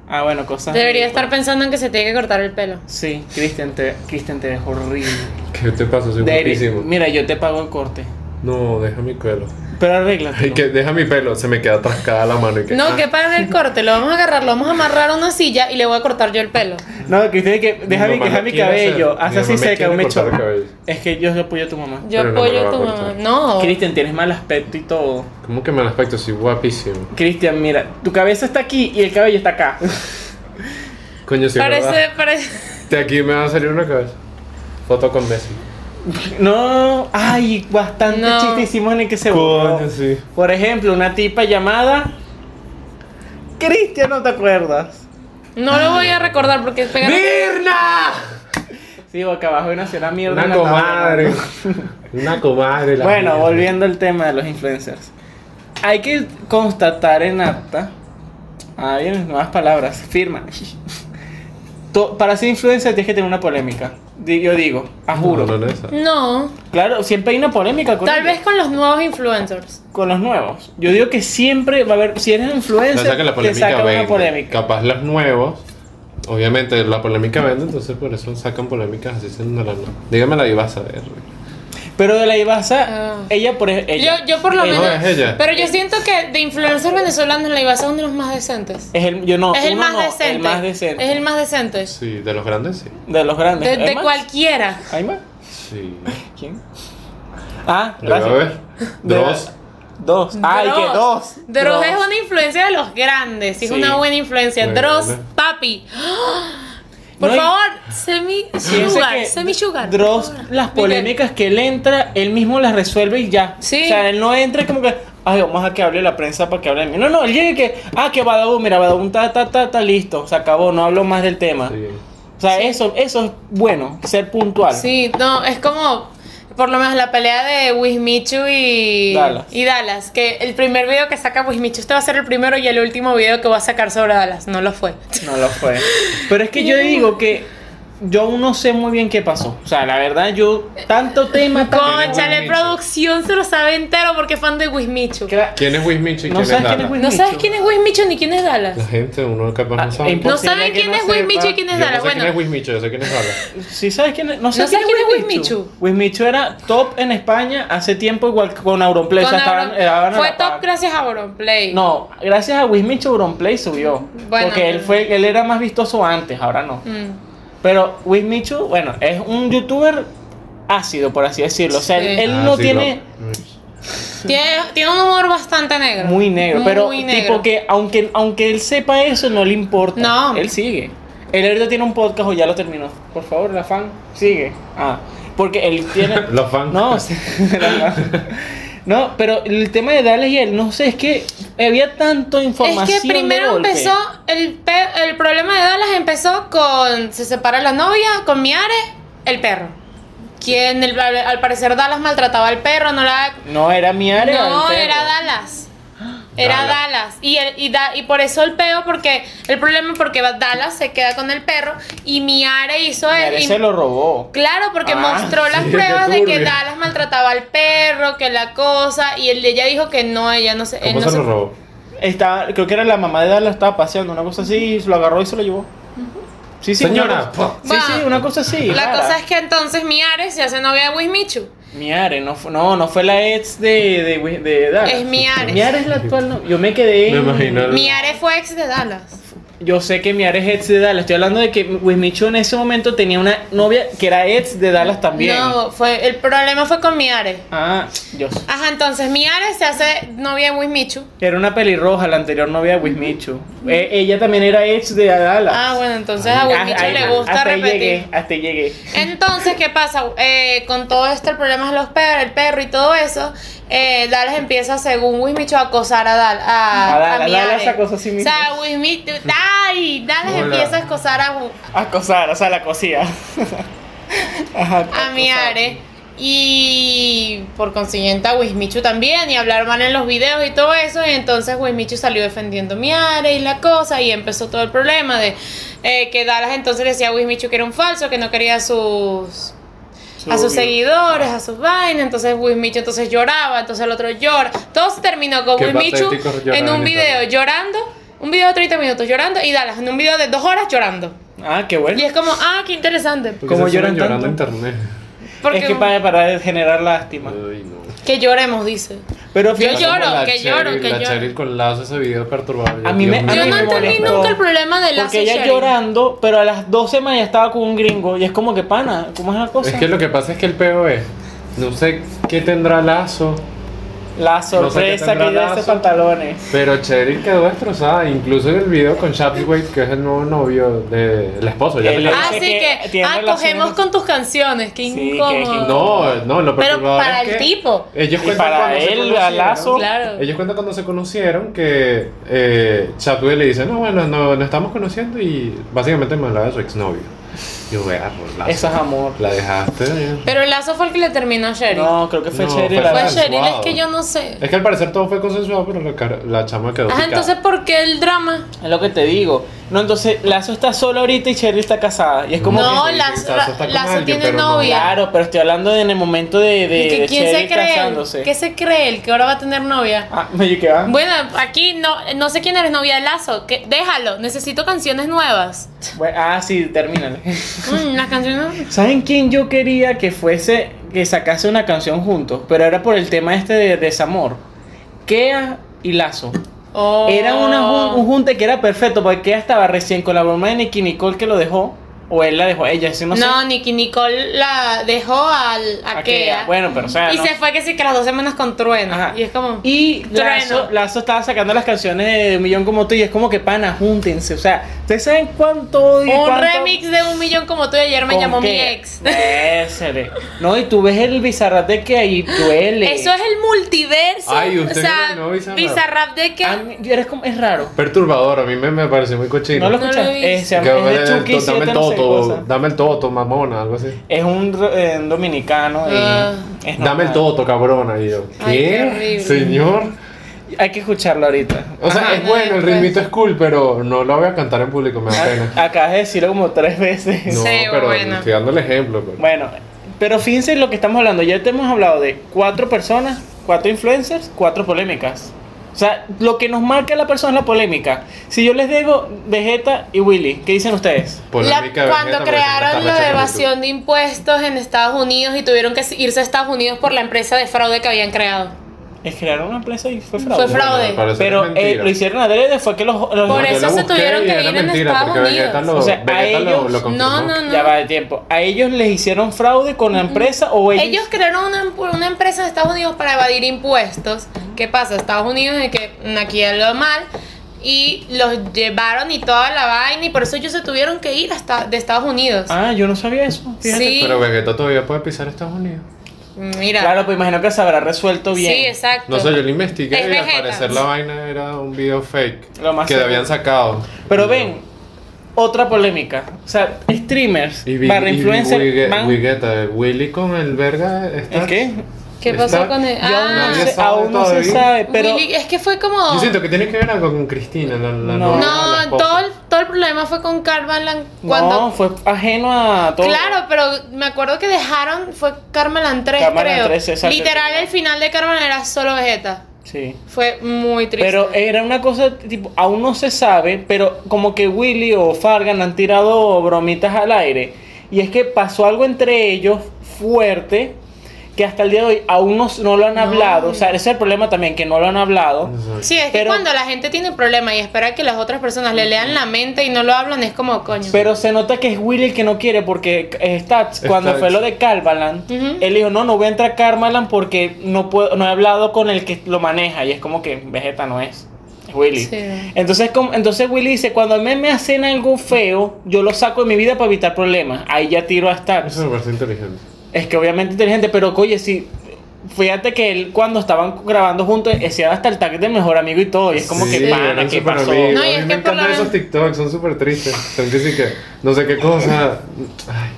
Speaker 3: Ah, bueno, cosas...
Speaker 1: Debería estar pensando en que se tiene que cortar el pelo.
Speaker 3: Sí, Cristian te, Cristian te dejó horrible.
Speaker 2: ¿Qué te pasa? Soy
Speaker 3: Deri-
Speaker 2: guapísimo.
Speaker 3: mira, yo te pago el corte.
Speaker 2: No, deja mi pelo.
Speaker 3: Pero arréglate.
Speaker 2: Ay, que deja mi pelo, se me queda atascada la mano. Y que,
Speaker 1: No,
Speaker 2: ah,
Speaker 1: que para el corte, lo vamos a agarrar, lo vamos a amarrar a una silla y le voy a cortar yo el pelo.
Speaker 3: No, que tiene que. Deja
Speaker 2: mi
Speaker 3: mi,
Speaker 2: mamá
Speaker 3: deja
Speaker 2: no
Speaker 3: mi
Speaker 2: quiere
Speaker 3: cabello.
Speaker 2: hacer-
Speaker 3: Haz
Speaker 2: mi
Speaker 3: así
Speaker 2: mamá me
Speaker 3: seca,
Speaker 2: quiere
Speaker 3: un mecho.
Speaker 2: cortar el cabello.
Speaker 3: Es que yo apoyo a tu mamá.
Speaker 1: Yo
Speaker 2: Pero no me
Speaker 1: apoyo
Speaker 2: lo
Speaker 1: a tu
Speaker 2: va a
Speaker 1: mamá.
Speaker 2: cortar.
Speaker 1: No.
Speaker 3: Cristian, tienes mal aspecto y todo.
Speaker 2: ¿Cómo que mal aspecto? Soy guapísimo.
Speaker 3: Cristian, mira, tu cabeza está aquí y el cabello
Speaker 2: *laughs*
Speaker 3: está acá.
Speaker 2: Coño, sí,
Speaker 1: Parece,
Speaker 2: ¿verdad?
Speaker 1: parece.
Speaker 2: De aquí me va a salir una cabeza. Foto con Messi.
Speaker 3: No, ay, bastante
Speaker 1: No.
Speaker 3: chiste hicimos en el que se borró.
Speaker 2: Coño, sí.
Speaker 3: Por ejemplo, una tipa llamada. Cristian, ¿no te acuerdas?
Speaker 1: No lo voy a recordar porque es pegar.
Speaker 2: ¡Mirna!
Speaker 3: Sí, boca abajo y nació una mierda. en
Speaker 2: Una
Speaker 3: la tabla.
Speaker 2: comadre. Una comadre. la
Speaker 3: Bueno,
Speaker 2: mierda.
Speaker 3: volviendo al tema de los influencers. Hay que constatar en apta. Ah, vienen nuevas palabras. Firma. *laughs* To- para ser influencer tienes que tener una polémica. Di- Yo digo, a juro.
Speaker 2: No, no, no, esa.
Speaker 1: No.
Speaker 3: Claro, siempre hay una polémica con,
Speaker 1: Tal
Speaker 3: ellos,
Speaker 1: vez con los nuevos influencers.
Speaker 3: con los nuevos. Yo digo que siempre va a haber, si eres
Speaker 2: La
Speaker 3: influencer,
Speaker 2: saca la
Speaker 3: te
Speaker 2: polémica
Speaker 3: sacan
Speaker 2: vende.
Speaker 3: una polémica.
Speaker 2: Capaz los nuevos. Obviamente la polémica vende, entonces por eso sacan polémicas así siendo la no. Dígamela y vas a ver.
Speaker 3: Pero de la Ibaza,
Speaker 1: Ah.
Speaker 3: ella por ej- ella
Speaker 1: Yo, yo por lo
Speaker 3: ella-
Speaker 1: menos.
Speaker 2: No, es ella.
Speaker 1: Pero yo siento que de influencers venezolanos la Ibaza es uno de los más decentes.
Speaker 3: Es el, yo no,
Speaker 1: es el
Speaker 3: uno
Speaker 1: más
Speaker 3: no,
Speaker 1: decente.
Speaker 3: el más decente.
Speaker 1: Es el más decente.
Speaker 2: Sí, de los grandes sí.
Speaker 3: De los grandes.
Speaker 1: De,
Speaker 3: ¿Hay
Speaker 1: de
Speaker 3: más?
Speaker 1: cualquiera.
Speaker 3: ¿Hay más?
Speaker 2: Sí.
Speaker 3: ¿Quién? Ah,
Speaker 2: Debe
Speaker 3: gracias.
Speaker 2: haber. Dos.
Speaker 3: Dos. Ay, que dos.
Speaker 1: Dross es una influencia de los grandes. sí, es
Speaker 3: Sí.
Speaker 1: una buena influencia.
Speaker 2: Muy
Speaker 1: Dross,
Speaker 2: buena.
Speaker 3: *gasps*
Speaker 1: papi. Por
Speaker 3: No, y-
Speaker 1: favor, semi
Speaker 3: Piensa
Speaker 1: sugar,
Speaker 3: que
Speaker 1: semi sugar.
Speaker 3: Dross, las
Speaker 1: Miguel.
Speaker 3: polémicas que él entra, él mismo las resuelve y ya.
Speaker 1: Sí.
Speaker 3: O sea, él no entra como que, ay, vamos a que hable la prensa para que hable de mí. No, no, él llega y que, ah, que Badabun, mira, Badabun, ta, ta, ta, ta, listo, se acabó, no hablo más del tema.
Speaker 2: Sí.
Speaker 3: O sea, eso, eso es bueno, ser puntual.
Speaker 1: Sí, no, es como por lo menos la pelea de Wismichu y
Speaker 3: Dallas.
Speaker 1: y Dallas, que el primer video que saca Wismichu este va a ser el primero y el último video que va a sacar sobre Dallas, no lo fue.
Speaker 3: No lo fue. Pero es que yo digo que yo aún no sé muy bien qué pasó. O sea, la verdad, yo,
Speaker 1: *laughs*
Speaker 3: tanto tema, tanto
Speaker 1: Conchale,
Speaker 3: movimiento.
Speaker 1: producción se lo sabe entero porque es fan de Wismichu.
Speaker 3: Que era-
Speaker 2: ¿Quién es Wismichu y
Speaker 3: No
Speaker 2: quién es
Speaker 3: sabes quién es
Speaker 2: Dana?
Speaker 3: Wismichu.
Speaker 1: No sabes quién es Wismichu ni quién es Dallas.
Speaker 2: La gente, uno capaz
Speaker 3: Ah,
Speaker 2: no sabe.
Speaker 3: imposible
Speaker 1: No saben
Speaker 3: que
Speaker 1: quién
Speaker 3: no
Speaker 1: es Wismichu y
Speaker 3: sepa.
Speaker 1: quién es
Speaker 2: Yo no
Speaker 1: Dala.
Speaker 2: sé quién es
Speaker 1: Bueno,
Speaker 2: Wismichu, yo sé quién es Dala.
Speaker 3: Sí sabes quién es, no sé
Speaker 1: ¿No sabes quién es
Speaker 3: Wismichu.
Speaker 1: Wismichu?
Speaker 3: Wismichu era top en España hace tiempo igual que con Auronplay. o
Speaker 1: con
Speaker 3: sea, estaban-
Speaker 1: Auron-
Speaker 3: estaban a
Speaker 1: fue
Speaker 3: la
Speaker 1: top
Speaker 3: par.
Speaker 1: gracias a Auronplay.
Speaker 3: No, gracias a Wismichu Auronplay subió.
Speaker 1: Bueno.
Speaker 3: porque él fue, él era más vistoso antes, ahora no.
Speaker 1: Mm.
Speaker 3: Pero Wismichu, bueno, es un youtuber ácido, por así decirlo. O sea,
Speaker 1: Sí.
Speaker 3: él, él
Speaker 2: Ah,
Speaker 3: no
Speaker 2: sí,
Speaker 3: tiene
Speaker 2: lo-
Speaker 1: Tiene, tiene un humor bastante negro.
Speaker 3: muy negro. pero
Speaker 1: Muy negro.
Speaker 3: tipo que aunque, aunque él sepa eso, no le importa.
Speaker 1: No.
Speaker 3: Él sigue. Él ahorita tiene un podcast o ya lo terminó. Por favor, la fan, sigue. Ah. Porque él tiene.
Speaker 2: *laughs* Los fans.
Speaker 3: No, sí, *laughs* era más. no, pero el tema de Dallas y él, no sé, es que había tanto información.
Speaker 1: Es que
Speaker 3: de
Speaker 1: primero
Speaker 3: golpe.
Speaker 1: empezó el, pe- el problema de Dallas empezó con se separa la novia con Miare, el perro. Quien el- al, al parecer Dallas maltrataba al perro, no la
Speaker 3: No era mi área.
Speaker 1: no
Speaker 3: el perro.
Speaker 1: era
Speaker 3: *gasps*
Speaker 1: Dallas. Era
Speaker 2: Dallas.
Speaker 1: Dallas. Y, el- y, da- y por eso el peo, porque el problema es porque Dallas se queda con el perro y Miare hizo
Speaker 3: Mi área
Speaker 1: el, y-
Speaker 3: se lo robó.
Speaker 1: Claro, porque
Speaker 3: Ah,
Speaker 1: mostró las
Speaker 2: sí,
Speaker 1: pruebas
Speaker 2: qué
Speaker 1: de que
Speaker 2: turbio.
Speaker 1: Dallas maltrataba al perro, que la cosa, y el de ella dijo que no, ella no se. él
Speaker 2: ¿Cómo
Speaker 1: no
Speaker 2: se lo robó?
Speaker 3: Estaba, creo que era la mamá de Dallas, estaba paseando, una cosa así, y lo agarró y se lo llevó. Sí, sí,
Speaker 2: Señora,
Speaker 3: una cosa- sí, sí, una cosa así.
Speaker 1: La
Speaker 3: rara.
Speaker 1: cosa es que entonces Miares se hace novia de Wismichu.
Speaker 3: Mi área, no, fu- no, no fue la ex de, de, Wi- de Dallas.
Speaker 1: Es Miares.
Speaker 3: Mi área es la actual, no. Yo me quedé.
Speaker 2: Me
Speaker 3: en-
Speaker 2: imagino.
Speaker 1: Miares fue ex de Dallas.
Speaker 3: Yo sé que mi área es ex de Dallas. Estoy hablando de que Wismichu en ese momento tenía una novia que era ex de Dallas también.
Speaker 1: No, fue, el problema fue con Miares.
Speaker 3: Ah, yo sé.
Speaker 1: Ajá, entonces Miares se hace novia de Wismichu.
Speaker 3: Era una pelirroja, la anterior novia de Wismichu. Eh, ella también era ex de Dallas.
Speaker 1: Ah, bueno, entonces a Wismichu
Speaker 3: Ah, ah,
Speaker 1: le gusta
Speaker 3: hasta ahí
Speaker 1: repetir.
Speaker 3: llegué, hasta ahí llegué.
Speaker 1: Entonces, ¿qué pasa? Eh, con todo este el problema de los perros, el perro y todo eso, eh, Dallas empieza, según Wismichu, a acosar a Dal, a,
Speaker 3: A Dallas,
Speaker 1: Miare.
Speaker 3: Dallas acosó a sí mismo.
Speaker 1: O sea, Wismichu, ¡ay! Dallas
Speaker 2: Hola.
Speaker 1: empieza a acosar a, Wi-
Speaker 3: Acosar, o sea,
Speaker 1: *laughs*
Speaker 3: la cosía. Ajá,
Speaker 1: a
Speaker 3: acosar.
Speaker 1: Miare. Y por consiguiente a Wismichu también, y hablar mal en los videos y todo eso. Y entonces Wismichu salió defendiendo a Miare y la cosa, y empezó todo el problema de eh, que Dallas entonces le decía a Wismichu que era un falso, que no quería sus a sus
Speaker 3: Su-
Speaker 1: seguidores, a sus vainas. Entonces Wismichu entonces lloraba, entonces el otro llora. Todo se terminó con
Speaker 2: Qué
Speaker 1: Wismichu
Speaker 2: patéticos
Speaker 1: en
Speaker 2: lloraban
Speaker 1: un
Speaker 2: y
Speaker 1: video
Speaker 2: tal.
Speaker 1: llorando, un video de 30 minutos llorando y Dallas en un video de dos horas llorando.
Speaker 3: Ah, qué bueno.
Speaker 1: Y es como, ah, qué interesante.
Speaker 2: ¿Por qué
Speaker 3: ¿Cómo
Speaker 2: se siguen
Speaker 3: lloran
Speaker 2: llorando en
Speaker 3: tanto?
Speaker 2: internet?
Speaker 1: Porque
Speaker 3: Es que para, para generar lástima.
Speaker 2: Ay, no.
Speaker 1: que lloremos, dice.
Speaker 3: Pero
Speaker 1: Yo
Speaker 3: fíjate,
Speaker 1: lloro,
Speaker 2: Como la
Speaker 1: que lloro,
Speaker 2: Cheryl-
Speaker 1: que
Speaker 2: la
Speaker 1: lloro.
Speaker 2: Cheryl con Lazo ese video perturbador.
Speaker 3: A mí me-
Speaker 2: Dios
Speaker 3: a
Speaker 1: Yo
Speaker 2: mío,
Speaker 3: mí
Speaker 1: no
Speaker 3: me
Speaker 2: qué
Speaker 1: entendí
Speaker 2: molestó.
Speaker 3: molestó.
Speaker 1: nunca el problema de la
Speaker 3: porque ella llorando, pero a las dos semanas ya estaba con un gringo. Y es como que pana, ¿cómo es la cosa?
Speaker 2: Es que lo que pasa es que el peo es, no sé qué tendrá Lazo,
Speaker 3: La sorpresa
Speaker 2: tendrá
Speaker 3: que dio
Speaker 2: lazo.
Speaker 3: ese pantalones.
Speaker 2: pero Cheryl quedó destrozada, incluso en el video con Shapsway, que es el nuevo novio del esposo. Ya
Speaker 3: El-
Speaker 2: me-
Speaker 1: Así
Speaker 3: Dice
Speaker 1: que,
Speaker 3: que tiene
Speaker 1: ah,
Speaker 3: relaciones-
Speaker 1: cogemos con tus canciones, qué
Speaker 3: Sí,
Speaker 1: incómodo.
Speaker 3: que- que
Speaker 2: No, no, lo
Speaker 1: Pero
Speaker 2: perturbador
Speaker 1: para
Speaker 2: es
Speaker 1: el
Speaker 2: que
Speaker 1: tipo.
Speaker 2: Ellos
Speaker 3: Y
Speaker 2: cuentan
Speaker 3: para
Speaker 2: cuando se
Speaker 3: él,
Speaker 2: conocieron.
Speaker 3: a Lazo.
Speaker 1: Claro.
Speaker 2: Ellos cuentan cuando se conocieron que eh, Chadwick le dice, no, bueno, no, nos estamos conociendo y básicamente me hablaba de su exnovio. Yo, verga, Lazo,
Speaker 3: Eso es amor.
Speaker 2: La dejaste. eh.
Speaker 1: Pero el lazo fue el que le terminó a Sherry.
Speaker 3: No, creo que fue
Speaker 2: No,
Speaker 3: Cheryl
Speaker 2: fue
Speaker 3: la
Speaker 1: Fue
Speaker 2: Dallas,
Speaker 1: Cheryl, es
Speaker 2: wow.
Speaker 1: que yo no sé.
Speaker 2: Es que al parecer todo fue consensuado, pero la, cara- la chama quedó
Speaker 1: Ajá,
Speaker 2: picada.
Speaker 1: entonces, ¿por qué el drama?
Speaker 3: Es lo que te digo. No, entonces Lazo está sola ahorita y Cheryl está casada. Y es como
Speaker 1: No,
Speaker 3: que.
Speaker 2: sí,
Speaker 1: Lazo,
Speaker 2: Lazo está con
Speaker 1: Lazo
Speaker 2: alguien,
Speaker 1: tiene
Speaker 2: pero no.
Speaker 1: novia.
Speaker 3: Claro, pero estoy hablando de en el momento de, de,
Speaker 1: ¿Y que
Speaker 3: de
Speaker 1: quién se
Speaker 3: Cheryl
Speaker 1: cree?
Speaker 3: casándose.
Speaker 1: ¿Qué se cree el que ahora va a tener novia?
Speaker 3: Ah, *laughs* oye, ¿qué va?
Speaker 1: Bueno, aquí no, no sé quién eres novia de Lazo. Que, déjalo, necesito canciones nuevas.
Speaker 3: Bueno, ah, sí, termínale. *laughs*
Speaker 1: Mm, las canciones.
Speaker 3: ¿Saben quién yo quería que fuese, que sacase una canción juntos? Pero era por el tema este de desamor. Kea y Lazo.
Speaker 1: Oh.
Speaker 3: Era una jun- un junte que era perfecto, porque Kea estaba recién con la broma de Nicki Nicole que lo dejó. O él la dejó a ella, eso no, sé.
Speaker 1: No, Nicky Nicole la dejó al, a,
Speaker 3: A
Speaker 1: Kea.
Speaker 3: Kea. Bueno, pero o sea,
Speaker 1: y
Speaker 3: no.
Speaker 1: se fue que sí que las dos semanas con trueno.
Speaker 3: Ajá.
Speaker 1: Y es como.
Speaker 3: Y
Speaker 1: Trueno.
Speaker 3: Lazo, Lazo estaba sacando las canciones de Un Millón como tú y es como que pana, júntense. O sea, ¿ustedes saben cuánto y
Speaker 1: un
Speaker 3: cuánto-
Speaker 1: remix de un millón como tú y ayer me
Speaker 3: con
Speaker 1: llamó mi
Speaker 3: qué?
Speaker 1: ex.
Speaker 3: Ésele. No, y tú ves el bizarrap de que ahí duele.
Speaker 1: Eso es el multiverso.
Speaker 2: Ay, usted
Speaker 1: o sea,
Speaker 2: no, Ah, no, Bizarrap.
Speaker 1: Bizarrap de que.
Speaker 3: A mí- eres como, es raro.
Speaker 2: Perturbador, a mí me, me pareció muy cochino.
Speaker 3: ¿No lo
Speaker 1: No lo
Speaker 3: escuchas?
Speaker 1: he
Speaker 3: es,
Speaker 1: visto.
Speaker 3: se llama-
Speaker 2: Que
Speaker 3: es de
Speaker 2: dame el to-
Speaker 3: Chucky
Speaker 2: dame
Speaker 3: siete,
Speaker 2: el
Speaker 3: no sé
Speaker 2: toto,
Speaker 3: qué cosa.
Speaker 2: dame el toto, mamona, algo así.
Speaker 3: Es un, ro- eh, un dominicano. y
Speaker 1: Ah.
Speaker 3: es
Speaker 2: Dame el
Speaker 3: normal.
Speaker 2: toto, cabrona. Y yo,
Speaker 1: Ay, qué
Speaker 2: ¿qué?
Speaker 1: horrible.
Speaker 2: Señor.
Speaker 3: Hay que escucharlo ahorita.
Speaker 2: O sea,
Speaker 1: Ajá,
Speaker 2: es bueno, el
Speaker 1: pues.
Speaker 2: ritmito es cool, pero no lo voy a cantar en público, me da pena.
Speaker 3: Acabas de decirlo como tres veces.
Speaker 1: *laughs*
Speaker 2: No,
Speaker 1: Sí,
Speaker 2: pero
Speaker 1: bueno.
Speaker 2: estoy dando el ejemplo. pues. pero-
Speaker 3: Bueno, pero fíjense en lo que estamos hablando. Ya te hemos hablado de cuatro personas, cuatro influencers, cuatro polémicas. O sea, lo que nos marca la persona es la polémica. Si yo les digo Vegeta y Willy, ¿qué dicen ustedes?
Speaker 1: La-
Speaker 2: Polémica de
Speaker 1: cuando
Speaker 2: Vegeta, porque
Speaker 1: crearon
Speaker 2: siempre
Speaker 1: lo
Speaker 2: está
Speaker 1: de
Speaker 2: recha con
Speaker 1: evasión de impuestos en Estados Unidos y tuvieron que irse a Estados Unidos por la empresa de fraude que habían creado.
Speaker 3: Es crear una empresa y fue fraude.
Speaker 1: Fue fraude.
Speaker 2: YouTube. Bueno, al parecer
Speaker 3: Pero
Speaker 2: es
Speaker 3: eh,
Speaker 2: mentira.
Speaker 3: lo hicieron adrede, fue que los... los-
Speaker 1: Por
Speaker 2: No, yo
Speaker 1: eso
Speaker 2: la
Speaker 1: se
Speaker 2: busqué
Speaker 1: tuvieron
Speaker 2: y
Speaker 1: que
Speaker 2: era
Speaker 1: ir en
Speaker 2: mentira,
Speaker 1: Estados
Speaker 2: porque Vegeta
Speaker 1: Unidos.
Speaker 2: lo-
Speaker 3: O sea, a
Speaker 2: Vegeta lo-
Speaker 3: ellos-
Speaker 2: lo confirmó.
Speaker 1: No, no, no.
Speaker 3: Ya va el tiempo. ¿A ellos les hicieron fraude con la empresa o ellos...?
Speaker 1: Ellos crearon una, una empresa de Estados Unidos para evadir impuestos. ¿Qué pasa? Estados Unidos es que mm, aquí es lo mal. Y los llevaron y toda la vaina. Y por eso ellos se tuvieron que ir hasta de Estados Unidos.
Speaker 3: Ah, yo no sabía eso. Fíjate.
Speaker 1: sí.
Speaker 2: Pero Vegeta todavía puede pisar Estados Unidos.
Speaker 1: Mira.
Speaker 3: Claro, pues imagino que se habrá resuelto bien.
Speaker 1: Sí, exacto.
Speaker 2: No sé, yo lo investigué
Speaker 1: Es
Speaker 2: y al
Speaker 1: Vegeta.
Speaker 2: parecer la vaina era un video fake
Speaker 3: Lo más
Speaker 2: que
Speaker 3: seguro.
Speaker 2: habían sacado.
Speaker 3: Pero ven, otra polémica. O sea, streamers,
Speaker 2: Y vi-
Speaker 3: barra
Speaker 2: y vi
Speaker 3: influencer,
Speaker 2: Wige-
Speaker 3: van.
Speaker 2: Wigeta, Willy con el verga. está-
Speaker 3: ¿El qué?
Speaker 1: ¿Qué pasó
Speaker 2: está-
Speaker 1: con él?
Speaker 2: Yo
Speaker 1: Ah,
Speaker 3: no
Speaker 2: Nadie
Speaker 3: sé,
Speaker 2: sabe
Speaker 3: aún no se
Speaker 2: todavía.
Speaker 3: sabe, pero.
Speaker 1: Willy- es que fue como.
Speaker 2: Yo siento que tiene que ver algo con Cristina, la, la
Speaker 3: No.
Speaker 2: novia, la
Speaker 1: No,
Speaker 2: esposa.
Speaker 1: todo el, todo el problema fue con Karl Balan
Speaker 3: No,
Speaker 1: cuando.
Speaker 3: fue ajeno a todo.
Speaker 1: Claro, pero me acuerdo que dejaron, fue Carmelan 3,
Speaker 3: Karl Balan
Speaker 1: creo.
Speaker 3: 3, exacto.
Speaker 1: Literal, el final de Carmelan era solo Vegeta.
Speaker 3: Sí.
Speaker 1: Fue muy triste.
Speaker 3: Pero era una cosa, tipo, aún no se sabe, pero como que Willy o Fargan han tirado bromitas al aire. Y es que pasó algo entre ellos fuerte que hasta el día de hoy aún no, no lo han
Speaker 1: No.
Speaker 3: hablado. O sea, ese es el problema también, que no lo han hablado.
Speaker 2: Exacto.
Speaker 1: sí, es que
Speaker 3: pero-
Speaker 1: cuando la gente tiene un problema y espera que las otras personas le lean la mente y no lo hablan, es como coño.
Speaker 3: Pero se nota que es Willy el que no quiere porque eh, Stats, cuando
Speaker 2: Stats.
Speaker 3: fue lo de Carvalan, él dijo, no, no voy a entrar a Carvalan porque no, puedo, no he hablado con el que lo maneja. Y es como que Vegeta no es, es Willy.
Speaker 1: Sí.
Speaker 3: Entonces, como- entonces Willy dice, cuando a mí me hacen algo feo, yo lo saco de mi vida para evitar problemas. Ahí ya tiro a Stats.
Speaker 2: Eso me parece inteligente.
Speaker 3: Es que obviamente inteligente, pero oye, si... Fíjate que él cuando estaban grabando juntos, hacía hasta el tag de mejor amigo y todo. Y es como
Speaker 2: Sí,
Speaker 3: que, pana,
Speaker 2: eran
Speaker 3: ¿qué
Speaker 2: súper
Speaker 3: pasó?
Speaker 2: amigos.
Speaker 1: No, y
Speaker 2: a mí
Speaker 1: es
Speaker 2: me
Speaker 1: que por la
Speaker 2: encantan
Speaker 1: vez-
Speaker 2: esos TikToks, son súper tristes. Son que sí que, no sé qué cosa. Ay.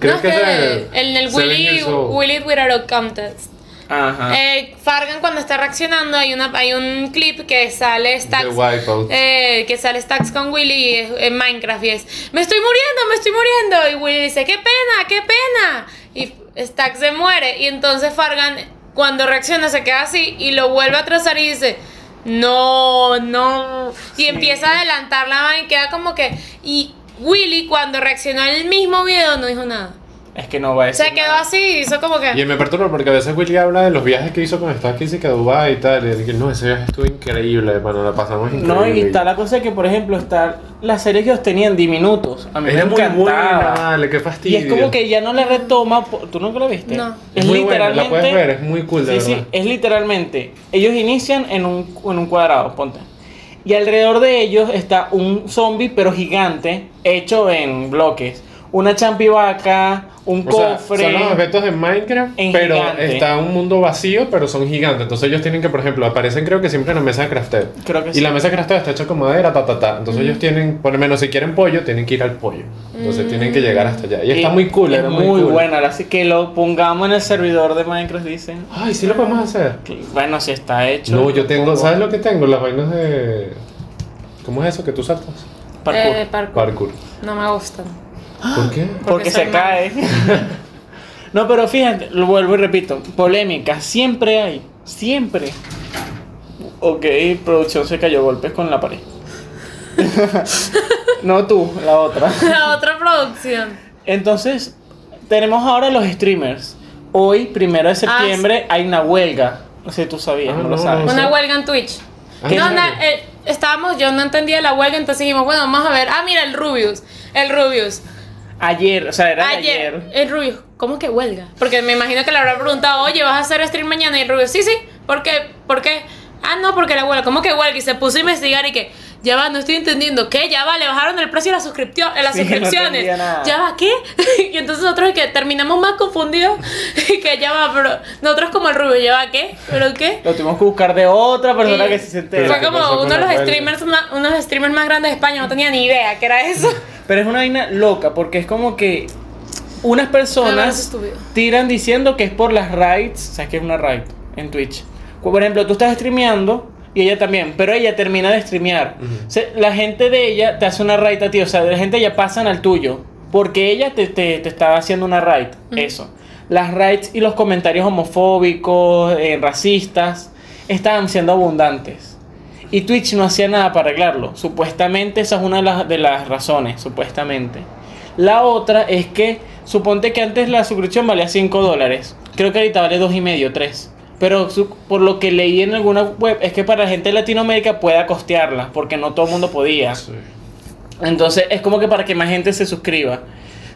Speaker 2: Creo
Speaker 1: no,
Speaker 2: que
Speaker 1: es
Speaker 2: es
Speaker 1: que
Speaker 2: de
Speaker 1: en el
Speaker 2: Seven
Speaker 1: Willy,
Speaker 2: Years Old.
Speaker 1: Willy Without a Contest.
Speaker 2: Ah.
Speaker 3: Ajá.
Speaker 1: Eh, Fargan cuando está reaccionando hay una hay un clip que sale
Speaker 2: The
Speaker 1: Stacks
Speaker 2: Wipeout.
Speaker 1: eh, que sale Stacks con Willy y es- en Minecraft y es me estoy muriendo me estoy muriendo y Willy dice qué pena qué pena y Stacks se muere y entonces Fargan cuando reacciona se queda así y lo vuelve a trazar y dice no no y empieza a adelantar la mano y queda como que y Willy cuando reaccionó al mismo video no dijo nada
Speaker 3: Es que no va a decir
Speaker 1: se quedó
Speaker 3: nada.
Speaker 1: así y hizo como que
Speaker 2: *laughs*
Speaker 1: "Eh,
Speaker 2: Y me perturba porque a veces Willy habla de los viajes que hizo cuando estaba aquí, sí que a Dubái y tal. Y él dice, no, ese viaje estuvo increíble, bueno, la pasamos increíble.
Speaker 3: No, y está la cosa de que, por ejemplo, está las series que ellos tenían diminutos. A mí
Speaker 2: Era
Speaker 3: me
Speaker 2: muy buena,
Speaker 3: encantaba.
Speaker 2: vale, qué
Speaker 3: y
Speaker 2: fastidio.
Speaker 3: es como que ya no la retoma. po- ¿Tú nunca la viste?
Speaker 1: No.
Speaker 3: Es
Speaker 2: muy buena,
Speaker 3: literalmente.
Speaker 2: la puedes ver, es muy cool, de
Speaker 3: sí, sí,
Speaker 2: verdad.
Speaker 3: es literalmente. Ellos inician en un, en un cuadrado, ponte. Y alrededor de ellos está un zombie, pero gigante, hecho en bloques. Una champivaca, un
Speaker 2: O sea,
Speaker 3: cofre.
Speaker 2: son los objetos de Minecraft,
Speaker 3: En
Speaker 2: pero
Speaker 3: gigante.
Speaker 2: está un mundo vacío, pero son gigantes. Entonces ellos tienen que, por ejemplo, aparecen creo que siempre en la mesa de crafteo.
Speaker 3: Creo que
Speaker 2: y
Speaker 3: sí. Mm.
Speaker 2: la mesa de crafteo está hecha con madera, ta, ta, ta. Entonces ellos tienen, por lo menos si quieren pollo, tienen que ir al pollo. Entonces tienen que llegar hasta allá. Y está
Speaker 3: Eh,
Speaker 2: muy cool,
Speaker 3: es
Speaker 2: era
Speaker 3: muy,
Speaker 2: muy, cool.
Speaker 3: buena. Así que lo pongamos en el servidor de Minecraft, dicen.
Speaker 2: Ay, sí lo podemos hacer.
Speaker 3: Bueno, si está hecho.
Speaker 2: No, yo tengo,
Speaker 3: Pongo
Speaker 2: ¿sabes lo que tengo? Las vainas de... ¿Cómo es eso que tú saltas?
Speaker 3: parkour.
Speaker 1: eh, parkour.
Speaker 2: Parkour.
Speaker 1: no me gustan
Speaker 2: ¿Por qué?
Speaker 3: porque
Speaker 1: Porque
Speaker 3: se
Speaker 1: soy
Speaker 3: cae. *laughs* no, pero fíjate, lo vuelvo y repito, polémica, siempre hay, siempre. Ok, producción se cayó a golpes con la pared. *laughs* no tú, la otra.
Speaker 1: *laughs* la otra producción
Speaker 3: Entonces, tenemos ahora los streamers. Hoy,
Speaker 1: Ah,
Speaker 3: primero de septiembre, hay una huelga. No sé, tú sabías,
Speaker 2: Ah,
Speaker 3: no,
Speaker 2: no,
Speaker 3: lo sabes.
Speaker 2: no.
Speaker 1: Una
Speaker 2: sé.
Speaker 1: huelga en Twitch.
Speaker 2: Ah,
Speaker 1: No,
Speaker 2: ¿en
Speaker 1: na-
Speaker 2: serio?
Speaker 1: eh, estábamos, yo no entendía la huelga, entonces dijimos, bueno, vamos a ver. Ah, mira, el Rubius. El Rubius.
Speaker 3: Ayer, o sea, era de
Speaker 1: Ayer,
Speaker 3: ayer.
Speaker 1: el Rubio, ¿cómo que huelga? Porque me imagino que le habrá preguntado, oye, ¿vas a hacer stream mañana? Y el Rubio, sí, sí, ¿por qué? ¿Por qué? Ah, no, porque la huelga, ¿cómo que huelga? Y se puso a investigar y que, ya va, no estoy entendiendo, ¿qué? Ya va, le bajaron el precio de las, suscriptio- de las
Speaker 3: Sí, *laughs* no
Speaker 1: suscripciones.
Speaker 3: entendía nada.
Speaker 1: Ya va, ¿qué? *laughs* y entonces nosotros que terminamos más confundidos *laughs* y que ya va, pero nosotros como el Rubio, ¿ya va qué? ¿Pero qué?
Speaker 3: Lo tuvimos que buscar de otra persona
Speaker 1: Sí.
Speaker 3: que sí se entera.
Speaker 1: Fue
Speaker 2: Pero- ¿qué pasó
Speaker 1: como
Speaker 2: con
Speaker 1: uno de
Speaker 2: la
Speaker 1: los
Speaker 2: huelga?
Speaker 1: streamers, más, uno de los streamers más grandes de España, no tenía ni idea que era eso.
Speaker 3: Pero es una vaina loca porque es como que unas
Speaker 1: Me parece
Speaker 3: personas
Speaker 1: estúpido.
Speaker 3: tiran diciendo que es por las raids. ¿Sabes qué es una raid en Twitch? Cu- Por ejemplo, tú estás streameando y ella también, pero ella termina de streamear.
Speaker 2: Ujú.
Speaker 3: Se- la gente de ella te hace una raid a ti, o sea, de la gente ya pasan al tuyo porque ella te, te- te está haciendo una raid. Eso. Las raids y los comentarios homofóbicos, eh, racistas, estaban siendo abundantes. Y Twitch no hacía nada para arreglarlo. Supuestamente esa es una de las, de las razones, supuestamente. La otra es que, suponte que antes la suscripción valía 5 dólares. Creo que ahorita vale 2,5, 3. Pero su- por lo que leí en alguna web, es que para la gente de Latinoamérica pueda costearla, porque no todo el mundo
Speaker 1: Ah,
Speaker 3: podía.
Speaker 2: Sí.
Speaker 3: Entonces es como que para que más gente se suscriba.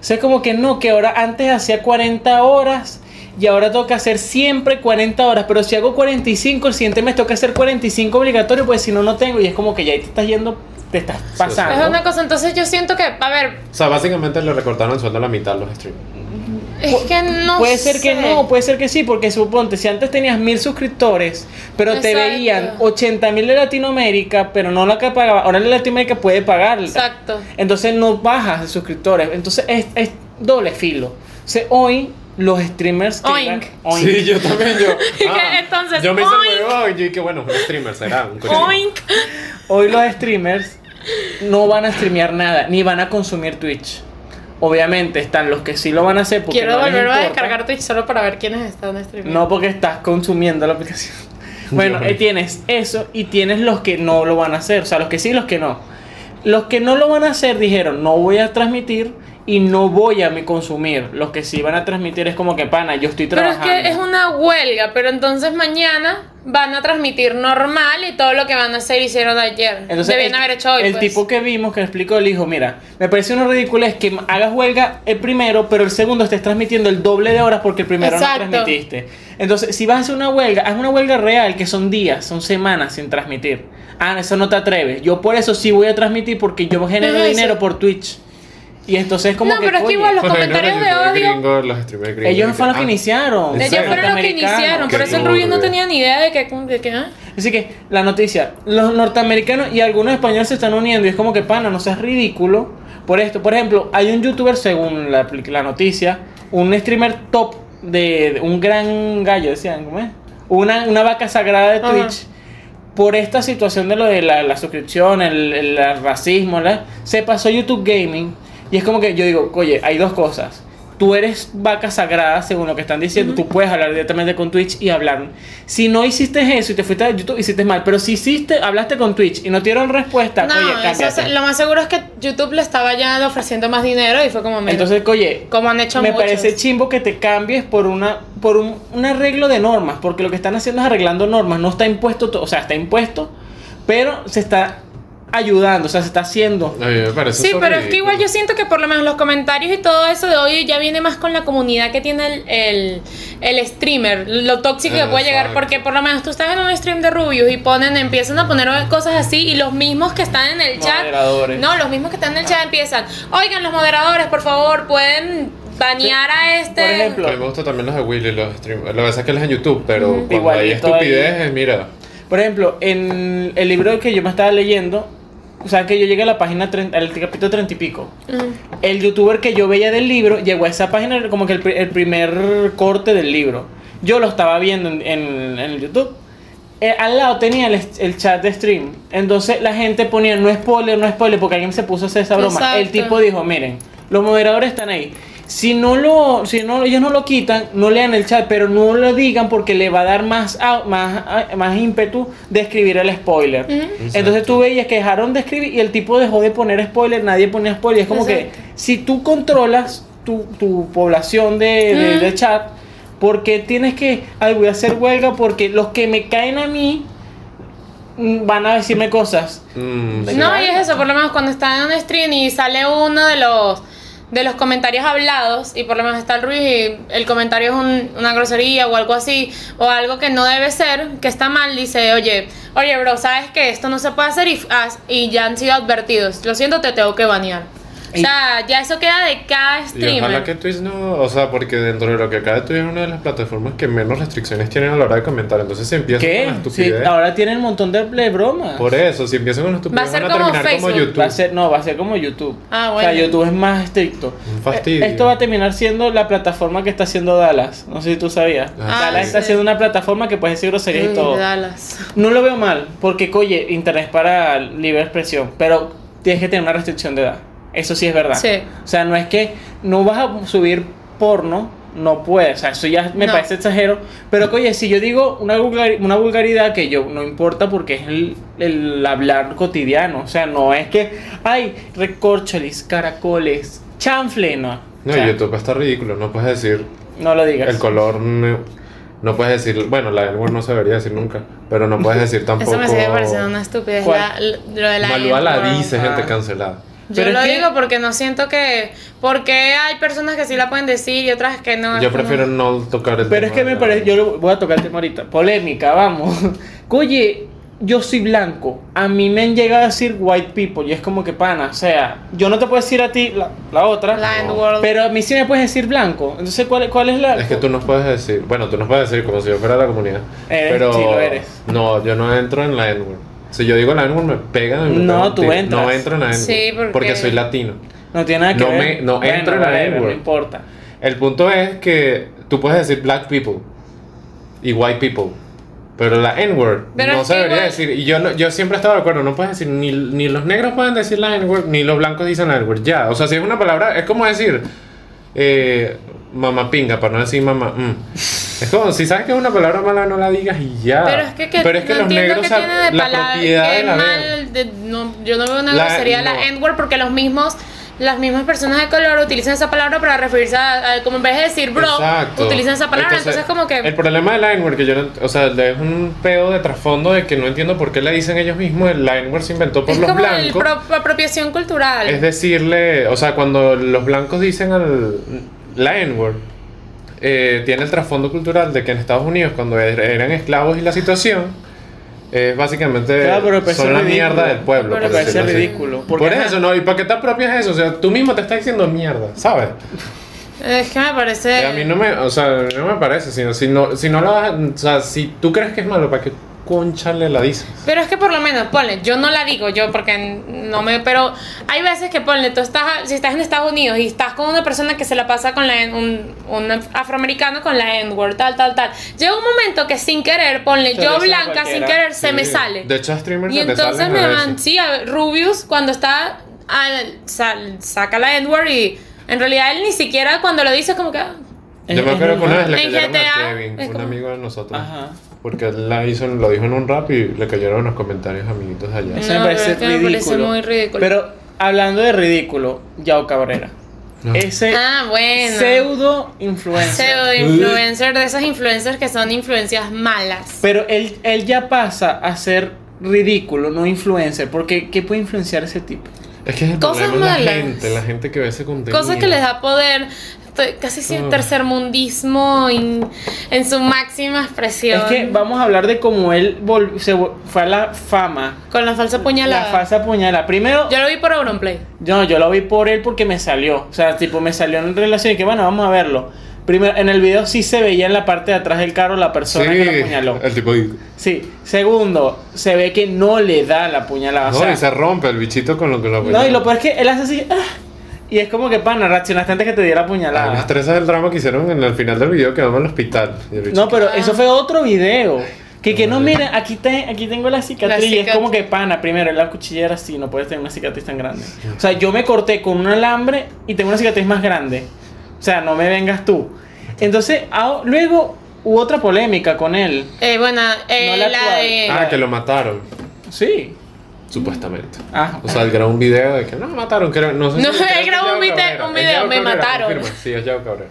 Speaker 3: O sea, es como que no, que ahora antes hacía 40 horas y ahora toca hacer siempre 40 horas. Pero si hago 45, el siguiente mes toca hacer 45 obligatorio, pues si no, no tengo. Y es como que ya ahí te estás yendo, te estás pasando.
Speaker 1: Es una cosa, entonces yo siento que, a ver,
Speaker 2: O sea, básicamente le recortaron el sueldo a la mitad a los streamers.
Speaker 1: es que no
Speaker 3: puede ser que
Speaker 1: sé.
Speaker 3: no, puede ser que sí, porque suponte, si antes tenías mil suscriptores, pero te
Speaker 1: Exacto.
Speaker 3: veían 80 mil de Latinoamérica, pero no la que pagaba, ahora la de Latinoamérica puede pagarla.
Speaker 1: Exacto.
Speaker 3: Entonces no bajas de suscriptores. Entonces es, es doble filo. O sea, hoy los streamers. que
Speaker 1: Oink.
Speaker 3: eran- oink.
Speaker 2: Sí, yo también,
Speaker 1: *laughs*
Speaker 2: yo. ah,
Speaker 1: que entonces,
Speaker 2: yo me hice
Speaker 1: oink.
Speaker 2: el huevón y yo dije, bueno, un streamer será. Un cochino.
Speaker 1: Oink.
Speaker 3: Hoy los streamers no van a streamear nada, ni van a consumir Twitch. Obviamente están los que sí lo van a hacer porque
Speaker 1: Quiero
Speaker 3: no les
Speaker 1: volver a
Speaker 3: importa.
Speaker 1: descargar Twitch solo para ver quiénes están streaming.
Speaker 3: No porque estás consumiendo la aplicación. Bueno,
Speaker 2: Dios.
Speaker 3: eh, tienes eso y tienes los que no lo van a hacer. O sea, los que sí y los que no. Los que no lo van a hacer dijeron, no voy a transmitir y no voy a me consumir. Los que sí van a transmitir es como que, pana, yo estoy
Speaker 1: pero es
Speaker 3: trabajando.
Speaker 1: que es una huelga, pero entonces mañana van a transmitir normal y todo lo que van a hacer hicieron ayer.
Speaker 3: Entonces,
Speaker 1: Debían
Speaker 3: el,
Speaker 1: haber hecho hoy.
Speaker 3: el
Speaker 1: pues.
Speaker 3: tipo que vimos que me explicó le dijo, mira, me parece una ridícula es que hagas huelga el primero, pero el segundo estés transmitiendo el doble de horas porque el primero
Speaker 1: Exacto.
Speaker 3: no transmitiste. Entonces, si vas a hacer una huelga, haz una huelga real que son días, son semanas sin transmitir. Ah, eso no te atreves. Yo por eso sí voy a transmitir porque yo genero
Speaker 1: Ajá, eso.
Speaker 3: dinero por Twitch. Y entonces es como
Speaker 1: No,
Speaker 3: que,
Speaker 1: pero es que
Speaker 3: coño,
Speaker 1: igual los
Speaker 2: Los
Speaker 1: comentarios de
Speaker 2: youtubers
Speaker 1: odio.
Speaker 2: gringos, los streamers gringos,
Speaker 3: ellos
Speaker 2: dije,
Speaker 3: fueron los que
Speaker 2: ah,
Speaker 3: iniciaron.
Speaker 2: ¿en
Speaker 1: Ellos
Speaker 2: serio?
Speaker 1: fueron los que
Speaker 3: Norteamericanos.
Speaker 1: iniciaron,
Speaker 2: Qué
Speaker 1: por eso el Rubio no
Speaker 2: duro.
Speaker 1: tenía ni idea de que. de que, ah.
Speaker 3: Así que la noticia, los norteamericanos y algunos españoles se están uniendo y es como que pana, no seas ridículo por esto. Por ejemplo, hay un youtuber, según la, apli- la noticia, un streamer top de, de un gran gallo, decían, ¿cómo es? Una, una vaca sagrada de
Speaker 1: Ajá.
Speaker 3: Twitch. Por esta situación de lo de la, la suscripción, el, el- el racismo, la- se pasó YouTube Gaming y es como que yo digo, oye, hay dos cosas. Tú eres vaca sagrada, según lo que están diciendo. Tú puedes hablar directamente con Twitch y hablar. Si no hiciste eso y te fuiste a YouTube, hiciste mal. Pero si hiciste, hablaste con Twitch y no te dieron respuesta,
Speaker 1: No,
Speaker 3: oye,
Speaker 1: eso
Speaker 3: cámbiate.
Speaker 1: se- lo más seguro es que YouTube le estaba ya ofreciendo más dinero y fue como. mira,
Speaker 3: Entonces, oye,
Speaker 1: como han hecho
Speaker 3: me
Speaker 1: muchos.
Speaker 3: parece chimbo que te cambies por una por un, un arreglo de normas, porque lo que están haciendo es arreglando normas, no está impuesto, to- o sea, está impuesto, pero se está ayudando, o sea, se está haciendo.
Speaker 2: A mí me parece
Speaker 1: Sí,
Speaker 2: eso
Speaker 1: pero es que
Speaker 2: ridículo.
Speaker 1: igual yo siento que por lo menos los comentarios y todo eso de hoy ya viene más con la comunidad que tiene el, el, el streamer, lo tóxico que puede llegar,
Speaker 2: Exacto.
Speaker 1: porque por lo menos tú estás en un stream de Rubius y ponen, empiezan a poner cosas así y los mismos que están en el chat,
Speaker 3: Moderadores.
Speaker 1: no, los mismos que están en el chat empiezan, oigan los moderadores, por favor, pueden banear a este...
Speaker 3: Por ejemplo,
Speaker 2: A mí me gustan también los de Willy, los streamers. Lo que pasa es que los en YouTube, pero cuando hay
Speaker 3: Igualito ahí.
Speaker 2: estupideces, mira.
Speaker 3: Por ejemplo, en el libro que yo me estaba leyendo, o sea, que yo llegué a la página 30, al capítulo 30 y pico.
Speaker 1: Mm,
Speaker 3: El youtuber que yo veía del libro llegó a esa página como que el, pri- el primer corte del libro. Yo lo estaba viendo en, en- en el YouTube. Eh, al lado tenía el, el chat de stream. Entonces la gente ponía no spoiler, no spoiler, porque alguien se puso a hacer esa broma. El
Speaker 1: Exacto.
Speaker 3: tipo dijo, miren, los moderadores están ahí. Si no lo, si no ellos no lo quitan, no lean el chat, pero no lo digan porque le va a dar más, au- más, ah, más ímpetu de escribir el spoiler. Entonces tú veías que dejaron de escribir y el tipo dejó de poner spoiler, nadie ponía spoiler. Y es como
Speaker 1: Exacto.
Speaker 3: que si tú controlas tu, tu población de, de-
Speaker 1: Mm.
Speaker 3: de chat, porque tienes que, ay, voy a hacer huelga porque los que me caen a mí mm, van a decirme cosas.
Speaker 2: Mm, sí.
Speaker 1: No, y es eso, por lo menos cuando están en un stream y sale uno de los... de los comentarios hablados, y por lo menos está el ruido y el comentario es un- una grosería o algo así, o algo que no debe ser, que está mal, dice, oye, oye, bro, sabes que esto no se puede hacer y, haz- y ya han sido advertidos. Lo siento, te tengo que banear. O sea, ya eso queda de cada
Speaker 2: Y ojalá
Speaker 1: streamer.
Speaker 2: que Twitch no, o sea, porque dentro de lo que acaba Twitch es una de las plataformas que menos restricciones tienen a la hora de comentar. Entonces si empiezan
Speaker 3: ¿Qué?
Speaker 2: con la
Speaker 3: Sí,
Speaker 2: estupidez.
Speaker 3: ahora tienen un montón de de bromas.
Speaker 2: por eso, si empiezan con la estupidez
Speaker 1: Va a ser
Speaker 2: van a
Speaker 1: como
Speaker 2: terminar como
Speaker 1: Facebook.
Speaker 2: YouTube.
Speaker 3: Va a ser, no, va a ser como YouTube.
Speaker 1: Ah,
Speaker 3: O sea,
Speaker 1: bueno.
Speaker 3: YouTube es más estricto.
Speaker 2: Un fastidio.
Speaker 3: Eh, Esto va a terminar siendo la plataforma que está haciendo Dallas. No sé si tú sabías.
Speaker 2: Ah,
Speaker 3: Dallas
Speaker 2: sí.
Speaker 3: está haciendo una plataforma que puede decir groserías y
Speaker 1: Ay,
Speaker 3: todo.
Speaker 1: Dallas.
Speaker 3: No lo veo mal, porque, oye, internet es para libre expresión, pero tienes que tener una restricción de edad. Eso sí es verdad.
Speaker 1: Sí.
Speaker 3: O sea, no es que no vas a subir porno, no puedes. O sea, eso ya me
Speaker 1: No.
Speaker 3: parece exagero. Pero, oye, si yo digo una, vulgar- una vulgaridad que yo no importa porque es el, el hablar cotidiano. O sea, no es que, ay, recorcholis, caracoles, chanfle, no.
Speaker 2: No,
Speaker 3: O sea,
Speaker 2: YouTube está ridículo, no puedes decir
Speaker 3: No lo digas.
Speaker 2: el color, no, no puedes decir, bueno, la N-word no se debería decir nunca, pero no puedes
Speaker 3: *laughs*
Speaker 2: decir tampoco...
Speaker 1: Eso me sigue pareciendo una estupidez.
Speaker 3: ¿Cuál?
Speaker 1: la- lo de la
Speaker 2: Malúa la
Speaker 1: N-word.
Speaker 2: dice, gente
Speaker 3: Ah.
Speaker 2: cancelada.
Speaker 1: Yo
Speaker 3: Pero
Speaker 1: lo
Speaker 3: es que-
Speaker 1: digo porque no siento que. Porque hay personas que sí la pueden decir y otras que no. es
Speaker 2: Yo
Speaker 1: como-
Speaker 2: prefiero no tocar el
Speaker 3: Ah, Pero
Speaker 2: tema
Speaker 3: es que
Speaker 2: de
Speaker 3: me
Speaker 2: la-
Speaker 3: parece, yo lo voy a tocar el tema ahorita. Polémica, vamos. *laughs* Oye, yo soy blanco. A mí me han llegado a decir white people. Y es como que pana. O sea, yo no te puedo decir a ti la, la otra.
Speaker 1: La end
Speaker 2: No.
Speaker 1: world.
Speaker 3: Pero a mí sí me puedes decir blanco. Entonces, ¿cuál, cuál es la.?
Speaker 2: Es que tú nos puedes decir, bueno, tú nos puedes decir como si yo fuera de la comunidad.
Speaker 3: Eres,
Speaker 2: pero
Speaker 3: sí, lo eres.
Speaker 2: No, yo no entro en la n Si yo digo la n me pegan. y me
Speaker 3: No,
Speaker 2: pegan
Speaker 3: tú
Speaker 2: un tiro.
Speaker 3: entras.
Speaker 2: No entro en la n
Speaker 1: Sí, porque-
Speaker 2: soy latino.
Speaker 3: No tiene nada que
Speaker 2: No
Speaker 3: ver.
Speaker 2: me- no entro en la
Speaker 3: whatever,
Speaker 2: N-word.
Speaker 3: No importa.
Speaker 2: El punto es que tú puedes decir black people y white people. Pero la N-word
Speaker 1: Pero
Speaker 2: no
Speaker 1: es
Speaker 2: se
Speaker 1: que
Speaker 2: debería
Speaker 1: igual-
Speaker 2: decir. Y yo, no- yo siempre he estado de acuerdo. No puedes decir, ni, ni los negros pueden decir la N-word, ni los blancos dicen la N-word. Ya. O sea, si es una palabra, es como decir eh, mamá pinga, para no decir mamá. mm. Es como, si sabes que es una palabra mala, no la digas y ya.
Speaker 1: Pero es que, que
Speaker 2: Pero es que
Speaker 1: no
Speaker 2: los
Speaker 1: entiendo qué
Speaker 2: negros, o sea,
Speaker 1: tiene de
Speaker 2: la
Speaker 1: palabra.
Speaker 2: propiedad
Speaker 1: qué
Speaker 2: de la verga.
Speaker 1: mal. de- no, yo no veo una
Speaker 2: La-
Speaker 1: grosería a la
Speaker 2: no.
Speaker 1: N-word porque los mismos. Las mismas personas de color utilizan esa palabra para referirse a, a- como en vez de decir bro,
Speaker 2: Exacto.
Speaker 1: utilizan esa palabra, entonces, como que
Speaker 2: El problema del N-word, que yo no, o sea, es un pedo de trasfondo de que no entiendo por qué le dicen ellos mismos, el N-word se inventó por
Speaker 1: es
Speaker 2: los
Speaker 1: como la
Speaker 2: blancos.
Speaker 1: apropiación cultural.
Speaker 2: Es decirle, o sea, cuando los blancos dicen al, la N-word, eh, tiene el trasfondo cultural de que en Estados Unidos, cuando er- eran esclavos y la situación, es básicamente
Speaker 3: Claro, pero parece
Speaker 2: son la
Speaker 3: ridículo.
Speaker 2: mierda del pueblo.
Speaker 1: Pero
Speaker 2: por
Speaker 3: Me parece
Speaker 2: decirlo así.
Speaker 3: ridículo.
Speaker 2: Por
Speaker 3: Porque, ajá,
Speaker 2: eso, ¿no? ¿Y para qué te apropias eso? O sea, tú mismo te estás diciendo mierda, ¿sabes?
Speaker 1: Es que me
Speaker 2: Eh,
Speaker 1: parece.
Speaker 2: A mí no me, o sea, no me parece, sino si no, si no lo vas, a- o sea, si tú crees que es malo, ¿para qué concha le la dices?
Speaker 1: Pero es que por lo menos, ponle, yo no la digo yo porque no me. Pero hay veces que ponle, tú estás, si estás en Estados Unidos y estás con una persona que se la pasa con la. N- Un, un afroamericano con la N-word, tal, tal, tal. Llega un momento que sin querer, ponle,
Speaker 3: Se le
Speaker 1: yo
Speaker 3: sale
Speaker 1: blanca, sin
Speaker 3: cualquiera.
Speaker 1: querer, se me
Speaker 2: Sí.
Speaker 1: sale.
Speaker 2: De hecho, a streamers
Speaker 1: Y
Speaker 2: se te
Speaker 1: entonces
Speaker 2: salen a
Speaker 1: me
Speaker 2: veces.
Speaker 1: van, sí, a Rubius cuando está. al- sal- saca la N-word y en realidad él ni siquiera cuando lo dice, como que. ah,
Speaker 3: es-
Speaker 2: Yo me
Speaker 3: es
Speaker 2: acuerdo que una vez
Speaker 3: normal.
Speaker 2: le
Speaker 1: En
Speaker 2: cayeron
Speaker 1: GTA,
Speaker 2: a Kevin,
Speaker 1: es
Speaker 2: un
Speaker 1: como-
Speaker 2: amigo de nosotros.
Speaker 3: Ajá.
Speaker 2: Porque él la hizo, lo dijo en un rap y le cayeron en los comentarios amiguitos de allá.
Speaker 3: Eso
Speaker 1: No, pero
Speaker 3: me parece
Speaker 1: es que me
Speaker 3: ridículo.
Speaker 1: parece muy ridículo.
Speaker 3: Pero hablando de ridículo, Yao Cabrera.
Speaker 2: No.
Speaker 3: Ese
Speaker 1: Ah, bueno.
Speaker 3: pseudo influencer.
Speaker 1: Pseudo influencer, de esas influencers que son influencias malas.
Speaker 3: Pero él, él ya pasa a ser ridículo, no influencer. Porque, ¿qué puede influenciar ese tipo?
Speaker 2: Es que es el
Speaker 1: Cosas
Speaker 2: problema es la
Speaker 1: malas.
Speaker 2: gente, la gente que ve ese contenido.
Speaker 1: Cosas que les da poder, t- casi sin
Speaker 2: Ah.
Speaker 1: tercermundismo en, en su máxima expresión.
Speaker 3: Es que vamos a hablar de cómo él vol- se vol- fue a la fama.
Speaker 1: con la falsa
Speaker 3: La
Speaker 1: puñalada.
Speaker 3: falsa puñalada. Primero,
Speaker 1: Yo lo vi por Auronplay.
Speaker 3: yo, yo lo vi por él porque me salió. O sea, tipo, me salió en relación y que, bueno, vamos a verlo. Primero, en el video sí se veía en la parte de atrás del carro la persona que lo apuñaló.
Speaker 2: el tipo dice,
Speaker 3: Sí. Segundo, se ve que no le da la puñalada.
Speaker 2: no,
Speaker 3: o sea,
Speaker 2: y se rompe el bichito con lo que lo
Speaker 3: No,
Speaker 2: apuñaló.
Speaker 3: y lo peor es que él hace así. "Ah", y es como que, pana, reaccionaste antes que te
Speaker 2: Ah,
Speaker 3: diera
Speaker 2: Las
Speaker 3: puñalada.
Speaker 2: tresas del drama que hicieron en el final del video quedamos en el hospital. Y el bichito-
Speaker 3: No, pero
Speaker 1: Ah.
Speaker 3: eso fue otro video. Que, que no,
Speaker 2: Ay.
Speaker 3: miren, aquí, te, aquí tengo la cicatriz.
Speaker 1: La
Speaker 3: y es
Speaker 1: cicatriz.
Speaker 3: como que, pana, primero, la cuchillera así, no puedes tener una cicatriz tan grande. O sea, yo me corté con un alambre y tengo una cicatriz más grande. O sea, no me vengas tú. Entonces, ah, luego hubo otra polémica con él.
Speaker 1: Eh, bueno, eh,
Speaker 3: No la
Speaker 1: la,
Speaker 3: actual.
Speaker 1: de.
Speaker 2: Ah, que lo mataron,
Speaker 3: Sí.
Speaker 2: supuestamente.
Speaker 3: Ah,
Speaker 2: O sea, él grabó un video de que no mataron, creo, no sé
Speaker 1: No,
Speaker 2: creo
Speaker 1: él
Speaker 2: que
Speaker 1: grabó
Speaker 2: es
Speaker 1: un
Speaker 2: Yao
Speaker 1: vide-
Speaker 2: Cabrera.
Speaker 1: un
Speaker 2: Es
Speaker 1: video,
Speaker 2: Yao
Speaker 1: me
Speaker 2: Cabrera,
Speaker 1: mataron.
Speaker 2: confirma. Sí, es Yao Cabrera.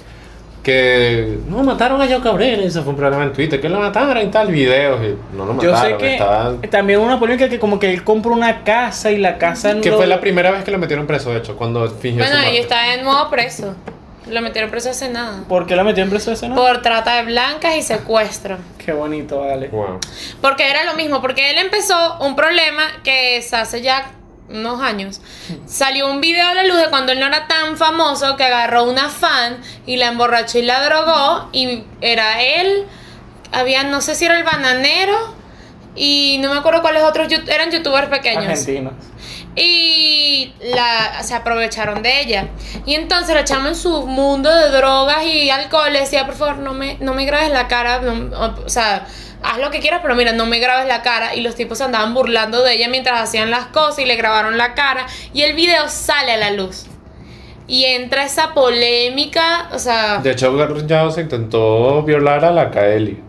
Speaker 2: que no mataron a Joe Cabrera, eso fue un problema en Twitter, que lo mataron y tal, videos, y no lo
Speaker 3: Yo
Speaker 2: mataron,
Speaker 3: sé que
Speaker 2: estaba-
Speaker 3: también hubo una polémica que como que él compró una casa y la casa
Speaker 2: Que
Speaker 3: no-
Speaker 2: fue la primera vez que lo metieron preso, de hecho, cuando fingió su
Speaker 1: Bueno, y
Speaker 2: muerte.
Speaker 1: está en modo preso. Lo metieron preso hace nada.
Speaker 3: ¿Por qué la metió en preso ese no?
Speaker 1: Por trata de blancas y secuestro.
Speaker 3: Qué bonito, vale.
Speaker 2: Wow.
Speaker 1: Porque era lo mismo, porque él empezó un problema que es hace ya unos años. Salió un video a la luz de cuando él no era tan famoso que agarró una fan y la emborrachó y la drogó y era él, había no sé si era el bananero y no me acuerdo cuáles otros yu- eran youtubers pequeños.
Speaker 3: Argentinos.
Speaker 1: Y la, se aprovecharon de ella. Y entonces la chama en su mundo de drogas y alcohol le decía, por favor, no me, no me grabes la cara. no- o, o sea, haz lo que quieras, pero mira, no me grabes la cara. Y los tipos se andaban burlando de ella mientras hacían las cosas y le grabaron la cara. Y el video sale a la luz. Y entra esa polémica, o sea...
Speaker 2: De hecho, Garrett Yao se intentó violar a la Kaeli,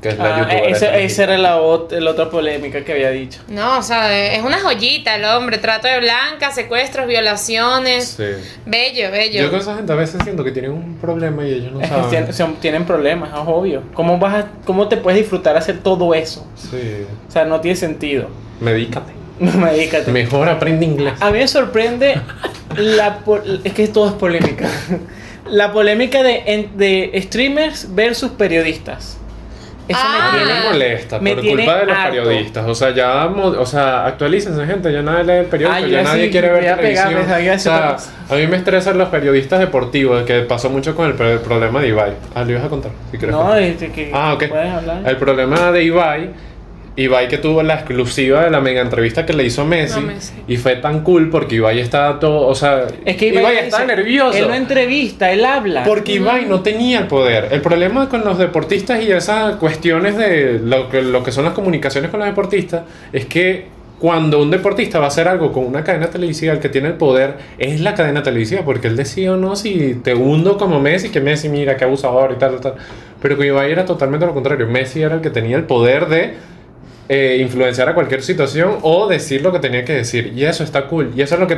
Speaker 2: que es la
Speaker 3: Ah,
Speaker 2: youtuber. esta
Speaker 3: esa, esa
Speaker 2: argentina.
Speaker 3: era la, ot- la otra polémica que había dicho.
Speaker 1: No, o sea, es una joyita el hombre. Trato de blanca, secuestros, violaciones.
Speaker 2: Sí.
Speaker 1: Bello, bello.
Speaker 2: Yo con esa gente a veces siento que tienen un problema y
Speaker 1: *laughs*
Speaker 2: ellos no
Speaker 3: Es que
Speaker 2: saben.
Speaker 3: tien- son- tienen problemas, es obvio. ¿Cómo, vas a- ¿Cómo te puedes disfrutar hacer todo eso?
Speaker 2: Sí.
Speaker 3: O sea, no tiene sentido. *laughs*
Speaker 2: Medícate.
Speaker 3: No me dedícate.
Speaker 2: Mejor aprende inglés.
Speaker 3: A mí me sorprende la po- es que todo es polémica. *laughs* La polémica de, en- de streamers versus periodistas. Eso
Speaker 1: Ah.
Speaker 2: A mí
Speaker 3: me
Speaker 2: me
Speaker 3: tiene.
Speaker 2: molesta
Speaker 3: Me
Speaker 2: por
Speaker 3: tiene
Speaker 2: culpa de los
Speaker 3: harto.
Speaker 2: periodistas. O sea, ya mo- o sea, actualícense, gente. Ya nadie lee el periódico,
Speaker 3: Ah, yo
Speaker 2: ya
Speaker 3: así
Speaker 2: nadie quiere
Speaker 3: voy
Speaker 2: ver
Speaker 3: a pegar,
Speaker 2: televisión.
Speaker 3: me sabía
Speaker 2: o sea,
Speaker 3: eso.
Speaker 2: a mí me estresan los periodistas deportivos, que pasó mucho con el, pro- el problema de Ibai. Ah, lo ibas a contar, si quieres.
Speaker 3: No,
Speaker 2: contar.
Speaker 3: este, que
Speaker 2: ah, ok.
Speaker 3: puedes hablar.
Speaker 2: El problema de Ibai, Ibai que tuvo la exclusiva de la mega entrevista que le hizo Messi,
Speaker 1: No, Messi.
Speaker 2: y fue tan cool porque Ibai estaba todo, o sea,
Speaker 3: es que
Speaker 2: Ibai,
Speaker 3: dice-
Speaker 2: estaba nervioso.
Speaker 3: Él no entrevista, él habla.
Speaker 2: Porque Ibai no tenía el poder. El problema con los deportistas y esas cuestiones de lo que, lo que son las comunicaciones con los deportistas es que cuando un deportista va a hacer algo con una cadena televisiva, el que tiene el poder es la cadena televisiva, porque él decía o no si te hundo como Messi, que Messi mira, qué abusador y tal, tal, tal. Pero con Ibai era totalmente lo contrario. Messi era el que tenía el poder de eh, influenciar a cualquier situación o decir lo que tenía que decir. Y eso está cool. Y eso es lo que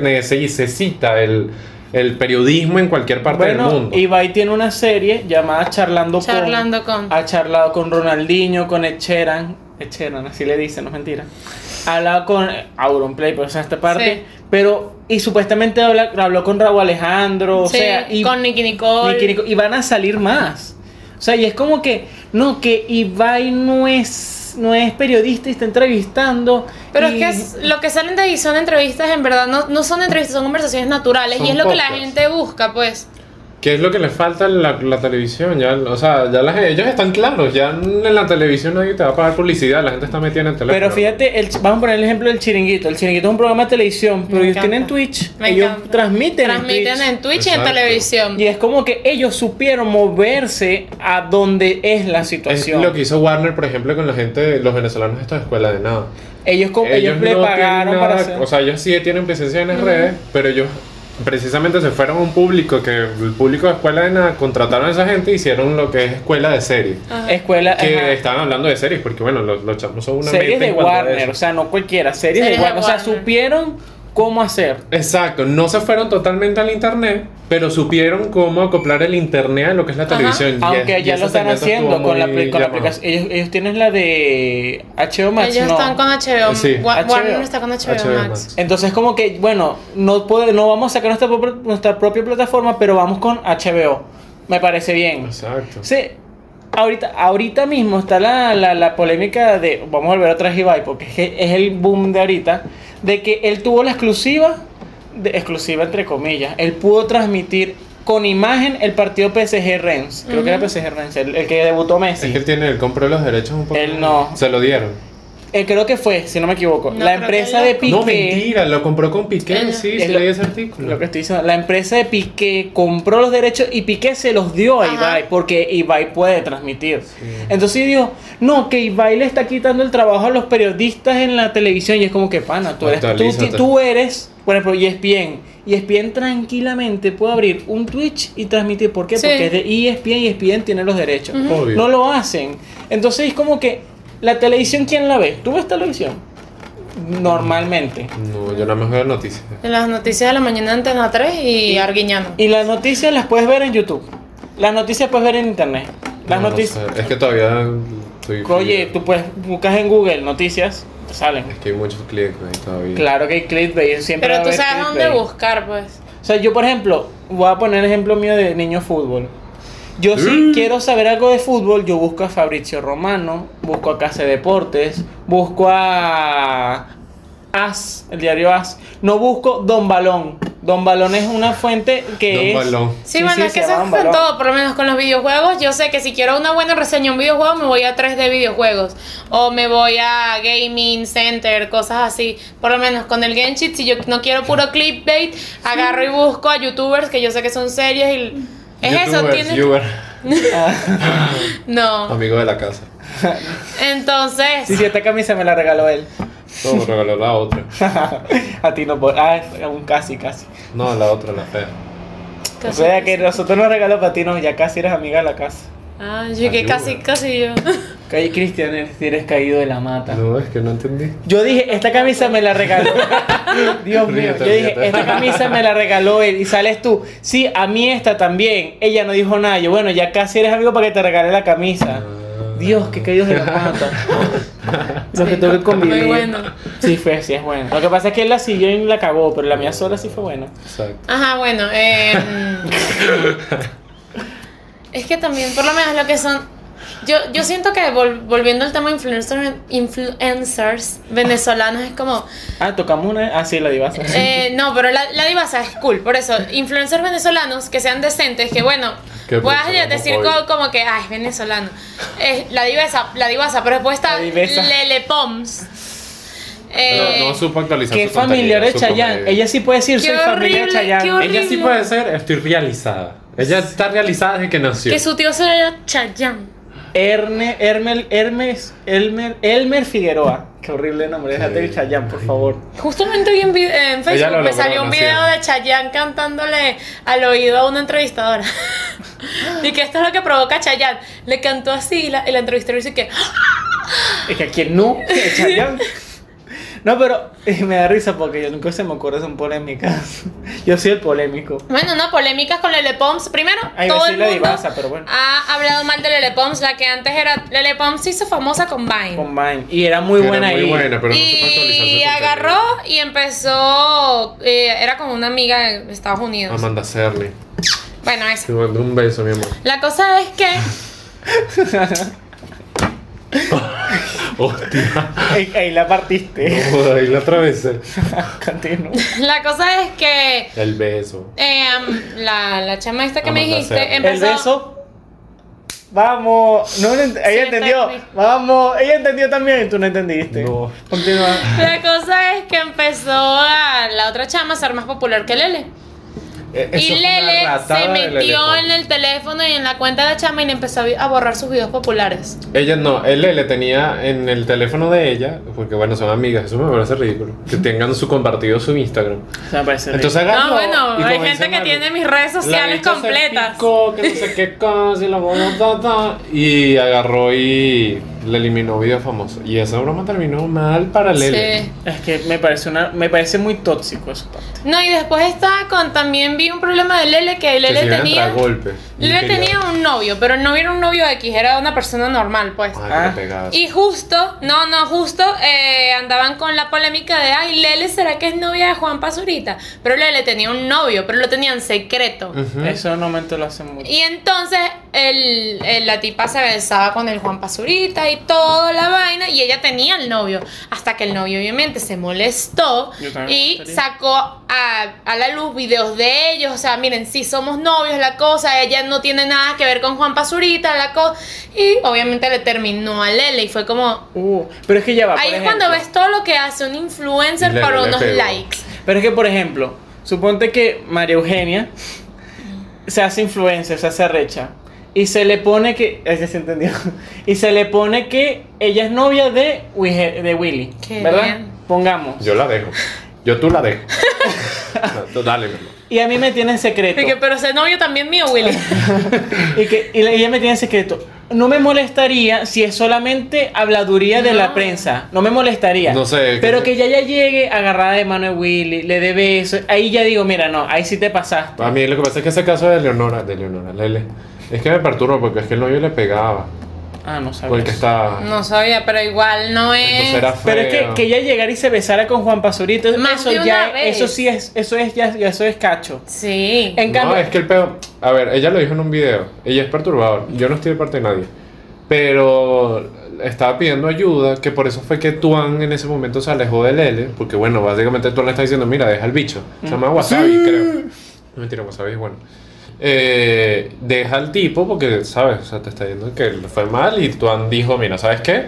Speaker 2: necesita el, el periodismo en cualquier parte del
Speaker 3: bueno,
Speaker 2: mundo.
Speaker 3: Ibai tiene una serie llamada Charlando,
Speaker 1: Charlando con.
Speaker 3: Ha charlado con Ronaldinho, con Echeran. Echeran, así le dicen, no es mentira. Ha hablado con eh, Auronplay, por eso en esta parte. Pero, y supuestamente habla- habló con Raúl Alejandro, o
Speaker 1: Sí,
Speaker 3: sea, y
Speaker 1: con Nicky Nicole.
Speaker 3: Nicki Nicole, y van a salir más. O sea, y es como que, no, que Ibai no es, no es periodista y está entrevistando.
Speaker 1: Pero es
Speaker 3: y-
Speaker 1: que es- lo que salen de ahí son entrevistas, en verdad, no, no son entrevistas, son conversaciones naturales
Speaker 2: Son
Speaker 1: y es lo que la
Speaker 2: podcasts.
Speaker 1: gente busca, pues.
Speaker 2: ¿Qué es lo que les falta en la, la televisión? Ya, o sea, ya las- ellos están claros. Ya en la televisión nadie te va a pagar publicidad. La gente está metida en el teléfono.
Speaker 3: Pero fíjate, el, chi- vamos a poner el ejemplo del chiringuito. El chiringuito es un programa de televisión, pero ellos
Speaker 1: encanta.
Speaker 3: tienen Twitch.
Speaker 1: Me
Speaker 3: ellos
Speaker 1: encanta.
Speaker 3: transmiten, en
Speaker 1: Transmiten
Speaker 3: Twitch.
Speaker 1: en Twitch y en
Speaker 2: Exacto.
Speaker 1: televisión.
Speaker 3: Y es como que ellos supieron moverse a donde es la
Speaker 2: Es
Speaker 3: situación.
Speaker 2: lo que hizo Warner, por ejemplo, con la gente, los venezolanos de esta escuela de nada.
Speaker 3: Ellos, co- ellos,
Speaker 2: no
Speaker 3: le
Speaker 2: tienen
Speaker 3: pagaron
Speaker 2: nada-
Speaker 3: para hacer.
Speaker 2: O sea, ellos sí tienen presencia en las redes, pero ellos precisamente se fueron a un público que el público de escuela de nada contrataron a esa gente y hicieron lo que es escuela de series.
Speaker 1: Ajá.
Speaker 3: escuela.
Speaker 2: Que
Speaker 3: ajá.
Speaker 2: estaban hablando de series, porque bueno, los, los chamos son una
Speaker 3: series
Speaker 2: mente
Speaker 3: de
Speaker 2: en cuanto a
Speaker 3: Warner,
Speaker 2: eso.
Speaker 3: o sea, no cualquiera, series,
Speaker 1: Series
Speaker 3: de
Speaker 1: de
Speaker 3: Warner. O sea,
Speaker 1: Warner.
Speaker 3: supieron cómo hacer.
Speaker 2: Exacto, no se fueron totalmente al internet, pero supieron cómo acoplar el internet a lo que es la
Speaker 1: Ajá.
Speaker 2: televisión. Y
Speaker 3: Aunque
Speaker 2: es- y
Speaker 3: ya
Speaker 2: ese
Speaker 3: lo están
Speaker 2: segmento
Speaker 3: haciendo
Speaker 2: estuvo
Speaker 3: con la,
Speaker 2: muy
Speaker 3: apli- con la
Speaker 2: llamado.
Speaker 3: aplicación. Ellos, ellos tienen la de HBO Max.
Speaker 1: Ellos
Speaker 3: no.
Speaker 1: están con HBO.
Speaker 2: Eh, Sí.
Speaker 1: Wa-
Speaker 3: HBO.
Speaker 1: Warner está con HBO,
Speaker 2: HBO
Speaker 1: Max.
Speaker 2: Max.
Speaker 3: Entonces como que, bueno, no, puede, no vamos a sacar nuestra, propia- nuestra propia plataforma, pero vamos con HBO. Me parece bien.
Speaker 2: Exacto.
Speaker 3: Sí, ahorita, ahorita mismo está la, la, la polémica de, vamos a volver otra vez a Ibai, porque es, que es el boom de ahorita, de que él tuvo la exclusiva, de- exclusiva entre comillas, él pudo transmitir con imagen el partido PSG Rennes, creo que era PSG Rennes, el, el que debutó Messi.
Speaker 2: Es que él tiene, él compró los derechos un poco.
Speaker 3: Él no.
Speaker 2: Se lo dieron.
Speaker 3: Eh, creo que fue, si no me equivoco,
Speaker 1: No,
Speaker 3: la
Speaker 1: creo
Speaker 3: empresa
Speaker 1: que
Speaker 3: de
Speaker 1: él
Speaker 3: Piqué.
Speaker 2: No, mentira, lo compró con Piqué,
Speaker 1: Él-
Speaker 2: sí,
Speaker 3: es
Speaker 2: sí
Speaker 3: lo-
Speaker 2: leí ese
Speaker 3: Lo
Speaker 2: artículo.
Speaker 3: que estoy diciendo, la empresa de Piqué compró los derechos y Piqué se los dio a
Speaker 1: Ajá.
Speaker 3: Ibai porque Ibai puede transmitir. Entonces yo digo, no, que Ibai le está quitando el trabajo a los periodistas en la televisión y es como que, pana, tú eres, tú,
Speaker 2: Actualízate.
Speaker 3: tú eres, por ejemplo, E ESPN. ESPN tranquilamente puede abrir un Twitch y transmitir. ¿Por qué?
Speaker 1: Sí.
Speaker 3: Porque es de E ESPN y ESPN tiene los derechos.
Speaker 2: Obvio.
Speaker 3: No lo hacen. Entonces es como que, la televisión, ¿quién la ve? ¿Tú ves televisión? Normalmente.
Speaker 2: No, yo nada más veo noticias.
Speaker 1: En las noticias de la mañana de Antena 3 y Arguiñano.
Speaker 3: Y las noticias las puedes ver en YouTube. Las noticias puedes ver en internet. Las
Speaker 2: No, no
Speaker 3: noticias.
Speaker 2: sé. Es que todavía estoy.
Speaker 3: Oye, tú puedes buscas en Google noticias, te salen.
Speaker 2: Es que hay muchos clientes ahí todavía.
Speaker 3: Claro que hay clickbait, siempre va
Speaker 1: Pero
Speaker 3: a
Speaker 1: tú
Speaker 3: haber
Speaker 1: sabes dónde
Speaker 3: clickbait.
Speaker 1: buscar, pues.
Speaker 3: O sea, yo por ejemplo, voy a poner el ejemplo mío de niño fútbol. Yo si
Speaker 2: Mm.
Speaker 3: quiero saber algo de fútbol, yo busco a Fabrizio Romano, busco a Case Deportes, busco a As, el diario As. No busco Don Balón. Don Balón es una fuente que
Speaker 2: Don
Speaker 3: es
Speaker 2: Balón.
Speaker 1: Sí,
Speaker 3: Sí,
Speaker 1: bueno,
Speaker 3: sí,
Speaker 1: es que
Speaker 3: se
Speaker 1: eso
Speaker 3: llamaban
Speaker 1: es con
Speaker 3: balón.
Speaker 1: todo, por lo menos con los videojuegos. Yo sé que si quiero una buena reseña de un videojuego, me voy a 3D videojuegos. O me voy a Gaming Center, cosas así. Por lo menos con el Genshin, si yo no quiero puro clickbait, agarro y busco a youtubers que yo sé que son serios y. Es eso,
Speaker 2: Youtubers,
Speaker 1: tienes.
Speaker 2: Youber,
Speaker 3: Ah.
Speaker 1: No.
Speaker 2: amigo de la casa.
Speaker 1: Entonces.
Speaker 3: Sí, sí, esta camisa me la regaló él.
Speaker 2: No, me regaló la otra.
Speaker 3: *laughs* a ti no puedo. Ah, es un casi, casi.
Speaker 2: No, la otra, la fea.
Speaker 3: O sea que nosotros nos regaló para ti, no, ya casi eres amiga de la casa.
Speaker 1: Ah, yo que casi,
Speaker 2: Ayuda.
Speaker 1: casi yo. *laughs*
Speaker 3: Caí Cristian, eres eres caído de la mata.
Speaker 2: No, es que no entendí.
Speaker 3: Yo dije, esta camisa me la
Speaker 2: *laughs*
Speaker 3: regaló. Dios mío.
Speaker 2: Ríete,
Speaker 3: Yo dije,
Speaker 2: ríete.
Speaker 3: esta camisa me la regaló él. Y sales tú. Sí, a mí esta también. Ella no dijo nada. Yo, bueno, ya casi eres amigo para que te regale la camisa. Dios, qué
Speaker 2: *laughs*
Speaker 3: caídos de la mata. Lo que tengo que convivir.
Speaker 1: Muy bueno.
Speaker 3: Sí, fue, sí, es bueno. Lo que pasa es que él la siguió y la cagó, pero la mía sola sí fue buena.
Speaker 2: Exacto.
Speaker 1: Ajá, bueno, eh,
Speaker 2: *laughs*
Speaker 1: es que también, por lo menos lo que son, yo, yo siento que vol- volviendo al tema influencers, influencers venezolanos es como,
Speaker 3: Ah, tocamos una. Ah, sí, la divasa.
Speaker 1: eh, no, pero la, la divasa es cool, por eso, influencers venezolanos que sean decentes, que bueno,
Speaker 2: Que
Speaker 1: puedas
Speaker 2: pensamos
Speaker 1: decir
Speaker 2: hoy.
Speaker 1: co- como que, ay, es venezolano, Eh, la divasa, la divasa, pero después está
Speaker 3: La divesa.
Speaker 1: Lele Poms. Eh,
Speaker 2: No, no supo actualizar
Speaker 3: Qué
Speaker 2: su contenido,
Speaker 3: familiar de
Speaker 2: su
Speaker 3: Chayanne.
Speaker 2: comedia.
Speaker 3: Ella sí puede decir,
Speaker 1: Qué
Speaker 3: soy familiar de
Speaker 1: horrible, qué
Speaker 3: Chayanne.
Speaker 1: horrible.
Speaker 2: Ella sí
Speaker 1: horrible.
Speaker 2: puede ser, estoy realizada. Ella está realizada desde que nació.
Speaker 1: que su tío sea Chayanne.
Speaker 3: Erne, Hermel, Hermes, Elmer, Elmer Figueroa. Qué horrible nombre, déjate el Chayán, por favor.
Speaker 1: Justamente hoy en, vi- en
Speaker 2: Ella
Speaker 1: Facebook
Speaker 2: lo
Speaker 1: me
Speaker 2: logró,
Speaker 1: salió un
Speaker 2: nació.
Speaker 1: video de Chayanne cantándole al oído a una entrevistadora. *laughs* y que esto es lo que provoca a Chayanne. Le cantó así y la, y la entrevistadora dice que... "Ah,
Speaker 3: Es que a quien no,
Speaker 2: *laughs*
Speaker 3: el Chayán. No, pero eh, me da risa porque yo nunca se me ocurre son polémicas. *laughs* Yo soy el polémico.
Speaker 1: Bueno, no, polémicas con Lele Pons. Primero,
Speaker 3: Ay,
Speaker 1: todo
Speaker 3: sí
Speaker 1: el
Speaker 3: la
Speaker 1: mundo
Speaker 3: divasa, pero bueno.
Speaker 1: ha hablado mal de Lele Pons, la que antes era... Lele Pons se hizo famosa con Vine.
Speaker 3: Con Vine. Y era muy
Speaker 2: Era
Speaker 3: buena
Speaker 2: muy
Speaker 3: ahí.
Speaker 2: buena, pero no supo actualizar su
Speaker 1: y
Speaker 2: contenido.
Speaker 1: agarró y empezó... eh, era con una amiga en Estados Unidos.
Speaker 2: Amanda Cerny.
Speaker 1: Bueno,
Speaker 2: Te
Speaker 1: eso.
Speaker 2: mando un beso, mi amor.
Speaker 1: La cosa es que... *laughs*
Speaker 2: Hostia.
Speaker 3: *laughs*
Speaker 2: *laughs*
Speaker 3: Ahí, ahí la partiste.
Speaker 2: No, ahí la atravesé.
Speaker 3: *laughs* Continúa.
Speaker 1: La cosa es que...
Speaker 2: El beso.
Speaker 1: Eh, am- la, la chama esta que me
Speaker 2: Amanda
Speaker 1: dijiste
Speaker 2: Serra.
Speaker 3: El
Speaker 1: empezó.
Speaker 3: beso. Vamos. No, lo ent-
Speaker 1: Sí,
Speaker 3: ella entendió.
Speaker 1: está-
Speaker 3: Vamos. Ella entendió también y tú no entendiste.
Speaker 2: No.
Speaker 3: Continúa.
Speaker 1: La cosa es que empezó a la otra chama a ser más popular que Lele.
Speaker 2: E- eso
Speaker 1: Y
Speaker 2: fue una
Speaker 1: Lele se
Speaker 2: ratada de
Speaker 1: metió
Speaker 2: Lele
Speaker 1: en el teléfono y en la cuenta de la chama y le empezó a vi- a borrar sus videos populares.
Speaker 2: Ella no, él le tenía en el teléfono de ella, porque bueno, son amigas, eso me parece ridículo. Que tengan su compartido su Instagram.
Speaker 3: O sea, me parece rico.
Speaker 2: Entonces agarró
Speaker 1: No, bueno,
Speaker 2: Ah, y
Speaker 1: hay
Speaker 2: comenzó
Speaker 1: gente
Speaker 2: en
Speaker 1: que
Speaker 2: la-
Speaker 1: tiene mis redes
Speaker 2: la
Speaker 1: sociales
Speaker 2: bicha se
Speaker 1: completas.
Speaker 2: picó, que no sé
Speaker 1: *laughs*
Speaker 2: qué cosa, y la bola, ta, ta, y agarró y le eliminó video famoso. Y esa broma terminó mal para Lele.
Speaker 1: Sí.
Speaker 3: Es que me parece una, me parece muy tóxico eso.
Speaker 1: No, y después estaba con también vi un problema de Lele que
Speaker 2: Que
Speaker 1: Lele
Speaker 2: se iban a
Speaker 1: tenía.
Speaker 2: entrar a golpe. Y
Speaker 1: Lele
Speaker 2: quería-
Speaker 1: tenía un novio, pero no era un novio X, era una persona normal, pues.
Speaker 2: Ay,
Speaker 3: Ah.
Speaker 2: qué pegada.
Speaker 1: Y justo, no, no, justo eh, andaban con la polémica de, ay, Lele, ¿será que es novia de Juan Pazurita? Pero Lele tenía un novio, pero lo tenían secreto.
Speaker 2: Ujú.
Speaker 3: Eso normalmente lo hacen mucho.
Speaker 1: Y entonces el, el- la tipa se besaba con el Juan Pazurita y toda la vaina, y ella tenía el novio. Hasta que el novio obviamente se molestó
Speaker 3: Yo también
Speaker 1: y
Speaker 3: molestaría.
Speaker 1: sacó a, a la luz videos de ellos. O sea, miren, sí somos novios, la cosa, ella no tiene nada que ver con Juan Pazurita, la cosa. Y obviamente le terminó a Lele y fue como,
Speaker 3: Uh, pero es que ya va. por
Speaker 1: Ahí es
Speaker 3: ejemplo.
Speaker 1: cuando ves todo lo que hace un
Speaker 2: Y
Speaker 1: influencer
Speaker 2: le-
Speaker 1: para
Speaker 2: le
Speaker 1: unos
Speaker 2: pegó.
Speaker 1: likes.
Speaker 3: Pero es que, por ejemplo, suponte que María Eugenia se hace influencer, se hace recha. Y se le pone que. eh, ya se entendió. *laughs* Y se le pone que ella es novia de, Wige- de Willy.
Speaker 1: Qué
Speaker 3: ¿Verdad?
Speaker 1: bien.
Speaker 3: Pongamos.
Speaker 2: Yo la dejo. Yo tú la
Speaker 1: *laughs*
Speaker 2: dejo. No, tú dale, mi amor.
Speaker 3: Y a mí me tiene en secreto.
Speaker 1: Y que, pero ese novio también mío,
Speaker 3: *laughs*
Speaker 1: Willy.
Speaker 3: Y que y la- ella me tiene en secreto. No me molestaría si es solamente habladuría de la
Speaker 1: No.
Speaker 3: prensa. No me molestaría.
Speaker 2: No sé,
Speaker 3: Pero
Speaker 2: que-
Speaker 3: que ya ya llegue agarrada de mano de Willy, le dé besos. Ahí ya digo, mira, no, ahí sí te pasaste.
Speaker 2: A mí lo que pasa es que ese caso de Leonora, de Leonora, Lele, Es que me perturba porque es que el novio le pegaba.
Speaker 3: Ah, no sabía.
Speaker 2: Porque
Speaker 3: eso.
Speaker 2: estaba.
Speaker 1: No sabía, pero igual no
Speaker 2: Entonces
Speaker 1: es.
Speaker 2: era
Speaker 3: Pero es
Speaker 2: feo.
Speaker 3: que, que ella llegara y se besara con Juan Pasurito,
Speaker 1: Más
Speaker 3: eso
Speaker 1: de una
Speaker 3: ya,
Speaker 1: vez.
Speaker 3: eso sí es, eso es ya, ya eso es cacho.
Speaker 1: Sí.
Speaker 3: En
Speaker 2: No,
Speaker 3: cambio,
Speaker 2: es que el pedo. A ver, ella lo dijo en un video. Ella es perturbadora. Yo no estoy de parte de nadie. Pero estaba pidiendo ayuda, que por eso fue que Tuan en ese momento se alejó de Lele. Porque bueno, básicamente Tuan le está diciendo: Mira, deja el bicho. Se llama Wasabi, creo. No mentira, Wasabi es bueno. Eh, deja al tipo porque, ¿sabes? O sea, te está diciendo que le fue mal. Y Tuan dijo: Mira, ¿sabes qué?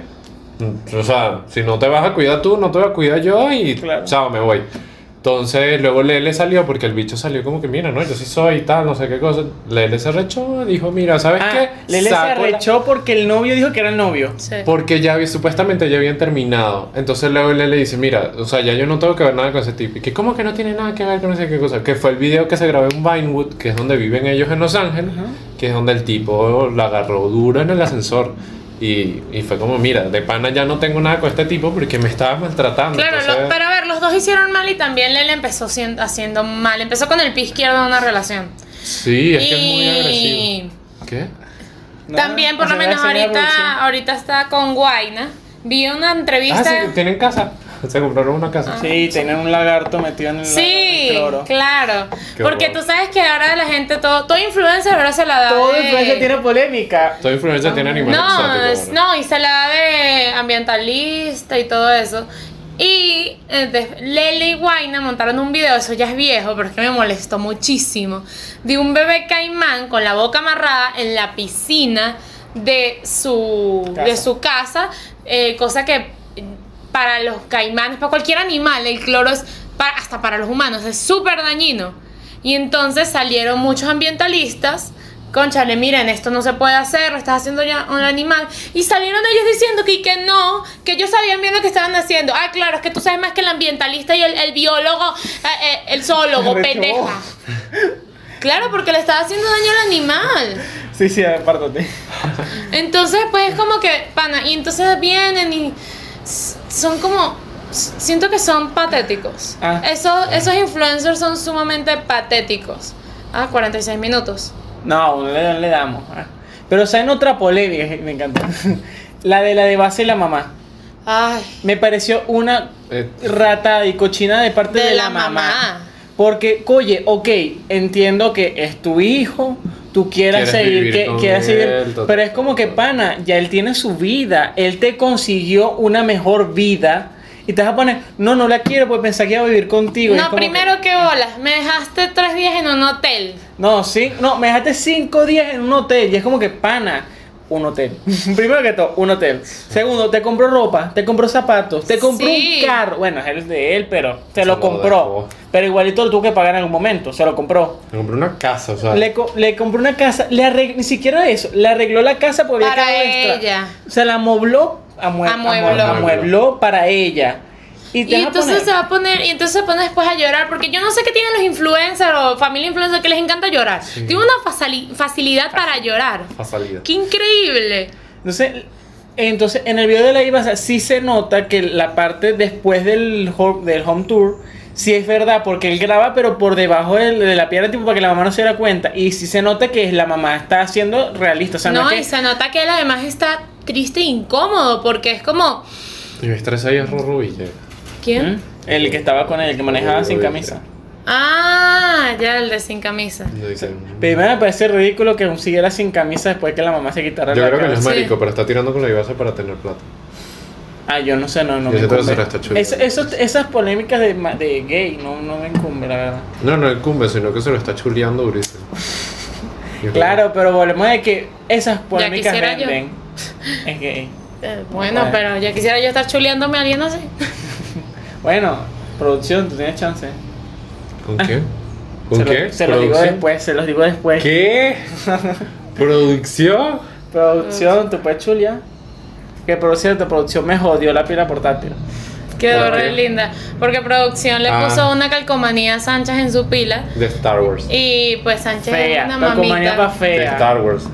Speaker 2: Mm, O sea, si no te vas a cuidar tú, no te voy a cuidar yo. Y
Speaker 3: Claro.
Speaker 2: chao, me voy. Entonces luego Lele salió porque el bicho salió como que mira, no, yo sí soy y tal, no sé qué cosa. Lele se rechó, dijo, mira, ¿sabes
Speaker 3: ah,
Speaker 2: qué?
Speaker 3: Lele se
Speaker 2: Saco la-
Speaker 3: arrechó porque el novio dijo que era el novio.
Speaker 1: Sí.
Speaker 2: Porque ya había, supuestamente ya habían terminado. Entonces luego Lele dice, mira, o sea, ya yo no tengo que ver nada con ese tipo. Y que como que no tiene nada que ver con no sé qué cosa. Que fue el video que se grabó en Vinewood, que es donde viven ellos en Los Ángeles, que es donde el tipo la agarró dura en el ascensor. Y, y fue como, mira, de pana ya no tengo nada con este tipo porque me estaba maltratando.
Speaker 1: Claro, lo-
Speaker 2: entonces-
Speaker 1: pero a ver, los dos hicieron mal y también Lele empezó siendo- haciendo mal. Empezó con el pie izquierdo de una relación.
Speaker 2: Sí, es que es muy agresivo.
Speaker 1: y
Speaker 2: ¿Qué?
Speaker 3: No,
Speaker 1: también, por
Speaker 3: o
Speaker 1: lo
Speaker 3: sea,
Speaker 1: menos,
Speaker 3: esa era la
Speaker 1: ahorita, ahorita está con Guaina. Vi una
Speaker 2: Ah,
Speaker 1: entrevista.
Speaker 2: sí, tienen casa. *laughs* Se compraron una casa.
Speaker 3: producción. Sí, tener un lagarto metido en el, en
Speaker 1: Sí,
Speaker 3: el cloro.
Speaker 1: claro.
Speaker 2: Qué
Speaker 1: Porque
Speaker 2: horror.
Speaker 1: tú sabes que ahora la gente, todo, todo influencer ahora se la da.
Speaker 3: Todo
Speaker 1: de-
Speaker 3: influencer tiene polémica.
Speaker 2: Toda influencia tiene animales
Speaker 1: No,
Speaker 2: exóticos.
Speaker 1: es-
Speaker 2: ¿verdad?
Speaker 1: no, y se la da de ambientalista y todo eso. Y eh, de- Lele y Guaina montaron un video, eso ya es viejo, pero es que me molestó muchísimo, de un bebé caimán con la boca amarrada en la piscina de su,
Speaker 3: Casa.
Speaker 1: De su casa, eh, cosa que eh, para los caimanes, para cualquier animal, el cloro es, para- hasta para los humanos, es súper dañino. Y entonces salieron muchos ambientalistas. Conchale, miren, esto no se puede hacer, lo estás haciendo ya un animal. Y salieron ellos diciendo que, que no, que ellos sabían bien lo que estaban haciendo. Ah, claro, es que tú sabes más que el ambientalista y el, el biólogo, eh, eh, el zoólogo,
Speaker 3: Arrecho.
Speaker 1: pendeja. Claro, porque le estaba haciendo daño al animal.
Speaker 3: Sí, sí, apártate.
Speaker 1: Entonces, pues es como que, pana, y entonces vienen y s- son como, s- siento que son patéticos.
Speaker 3: Ah.
Speaker 1: Esos, esos influencers son sumamente patéticos. Ah, 46 minutos.
Speaker 3: No, no le, no le damos. ah. Pero saben otra polémica, que me encantó. *laughs* La de la de base y la mamá.
Speaker 1: Ay,
Speaker 3: Me pareció una
Speaker 2: Eh,
Speaker 3: rata y cochina de parte
Speaker 1: de,
Speaker 3: de,
Speaker 1: la, mamá.
Speaker 3: Porque, oye, ok, entiendo que es tu hijo, tú quieras
Speaker 2: Quieres
Speaker 3: seguir,
Speaker 2: vivir
Speaker 3: que,
Speaker 2: con
Speaker 3: quieras seguir,
Speaker 2: él, total.
Speaker 3: pero es como que, pana, ya él tiene su vida, él te consiguió una mejor vida y te vas a poner, no, no la quiero porque pensé que iba a vivir contigo. Y es
Speaker 1: No,
Speaker 3: como que,
Speaker 1: primero que bolas, me dejaste tres días en un hotel.
Speaker 3: no, sí, no, me dejaste cinco días en un hotel y es como que, pana, un hotel. *laughs* primero que todo, un hotel. Segundo, te compró ropa, te compró zapatos, te compró
Speaker 1: Sí.
Speaker 3: un carro. Bueno, es el de él, pero te
Speaker 2: Se
Speaker 3: lo
Speaker 2: lo
Speaker 3: compró.
Speaker 2: dejó.
Speaker 3: Pero igualito lo tuvo que pagar en algún momento, se lo compró.
Speaker 2: me compré una casa, o sea.
Speaker 3: Le, co- le compró una casa, le arreg- ni siquiera eso, le arregló la casa porque había
Speaker 1: Para
Speaker 3: quedado extra.
Speaker 1: ella.
Speaker 3: Se la amuebló, amue-
Speaker 1: Amuebló.
Speaker 3: amue- amuebló para ella. Y, te
Speaker 1: Y
Speaker 3: vas a
Speaker 1: entonces
Speaker 3: poner-
Speaker 1: se va a poner, y entonces se pone después a llorar, porque yo no sé qué tienen los influencers o familia influencer que les encanta llorar. Tiene una fasali- facilidad para llorar.
Speaker 2: Fatalidad.
Speaker 1: ¡Qué increíble!
Speaker 3: entonces, entonces, en el video de la IVA sí se nota que la parte después del home, del home tour, sí es verdad, porque él graba, pero por debajo del- de, la piedra, tipo para que la mamá no se diera cuenta. Y sí se nota que la mamá está siendo realista. O sea, no,
Speaker 1: no,
Speaker 3: es que-
Speaker 1: y se nota que él además está triste e incómodo, porque es como,
Speaker 2: Y mi estrés ahí es Rorrubilla.
Speaker 1: ¿quién?
Speaker 3: ¿Mm? El que estaba con él, el que manejaba sin camisa.
Speaker 1: Ah, ya el de sin camisa.
Speaker 2: "Mm,
Speaker 3: Primero me parece ridículo que aún siguiera sin camisa después que la mamá se quitara
Speaker 2: Yo
Speaker 3: la
Speaker 2: creo que no es
Speaker 3: camisa.
Speaker 1: Sí.
Speaker 2: marico, pero está tirando con la ibasa para tener plata.
Speaker 3: Ah, yo no sé, no, no
Speaker 2: Yo
Speaker 3: me
Speaker 2: siento que
Speaker 3: incumbe.
Speaker 2: será esta chula.
Speaker 3: Eso- eso- Esas polémicas de, ma- de gay no, no me incumbe, la verdad.
Speaker 2: No, no el cumbe, sino que se lo está chuleando durísimo. Yo creo-
Speaker 3: Claro, pero volvemos a que esas polémicas
Speaker 1: quisiera yo.
Speaker 3: venden. *laughs* Es gay.
Speaker 1: Eh, bueno,
Speaker 3: Bueno.
Speaker 1: pero ya quisiera yo estar chuleándome a alguien así. *laughs*
Speaker 3: Bueno, producción, tú tienes chance.
Speaker 2: ¿Con qué?
Speaker 3: se
Speaker 2: ¿Con
Speaker 3: lo-
Speaker 2: qué?
Speaker 3: Ah. se los digo
Speaker 2: ¿Producción?
Speaker 3: después, se los digo después.
Speaker 2: ¿Qué?
Speaker 3: *laughs*
Speaker 2: ¿Producción?
Speaker 3: Producción, tú puedes chulia. Que por cierto, producción me jodió la pila portátil.
Speaker 1: Quedó
Speaker 2: ¿Por
Speaker 1: re
Speaker 2: qué?
Speaker 1: linda. Porque producción le
Speaker 2: Ah.
Speaker 1: puso una calcomanía a Sánchez en su pila.
Speaker 2: De Star Wars.
Speaker 3: Eh,
Speaker 1: Y pues Sánchez es
Speaker 3: Fea,
Speaker 1: una
Speaker 3: la compañía
Speaker 1: mamita.
Speaker 3: más
Speaker 2: De
Speaker 3: fea.
Speaker 2: Star Wars.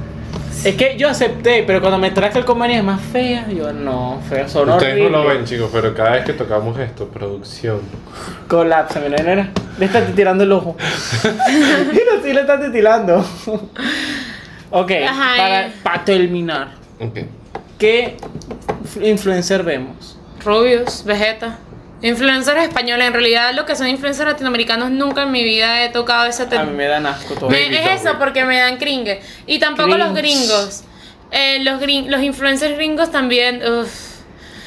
Speaker 3: Es que yo acepté, pero cuando me traje el compañía es más fea, yo no, fea, son
Speaker 2: Ustedes no lo
Speaker 3: horribles.
Speaker 2: ven, chicos, pero cada vez que tocamos esto, producción.
Speaker 3: Colapsa, mira, mira, mira.
Speaker 2: *laughs*
Speaker 3: *laughs*
Speaker 1: *laughs*
Speaker 3: Le está titilando el ojo. mira, sí, le está titilando. Ok,
Speaker 1: Ajá,
Speaker 3: para,
Speaker 1: eh.
Speaker 3: para terminar,
Speaker 2: Ok.
Speaker 3: ¿qué influencer vemos?
Speaker 1: Rubius, Vegeta. Influencers españoles, en realidad lo que son influencers latinoamericanos nunca en mi vida he tocado ese
Speaker 3: A
Speaker 1: tema.
Speaker 3: mí me dan asco todo.
Speaker 1: Me-
Speaker 2: Baby
Speaker 1: es eso
Speaker 2: Doll.
Speaker 1: porque me dan cringe. Y tampoco los
Speaker 3: Cringe.
Speaker 1: gringos. Eh, los, gring- los influencers gringos también. uf.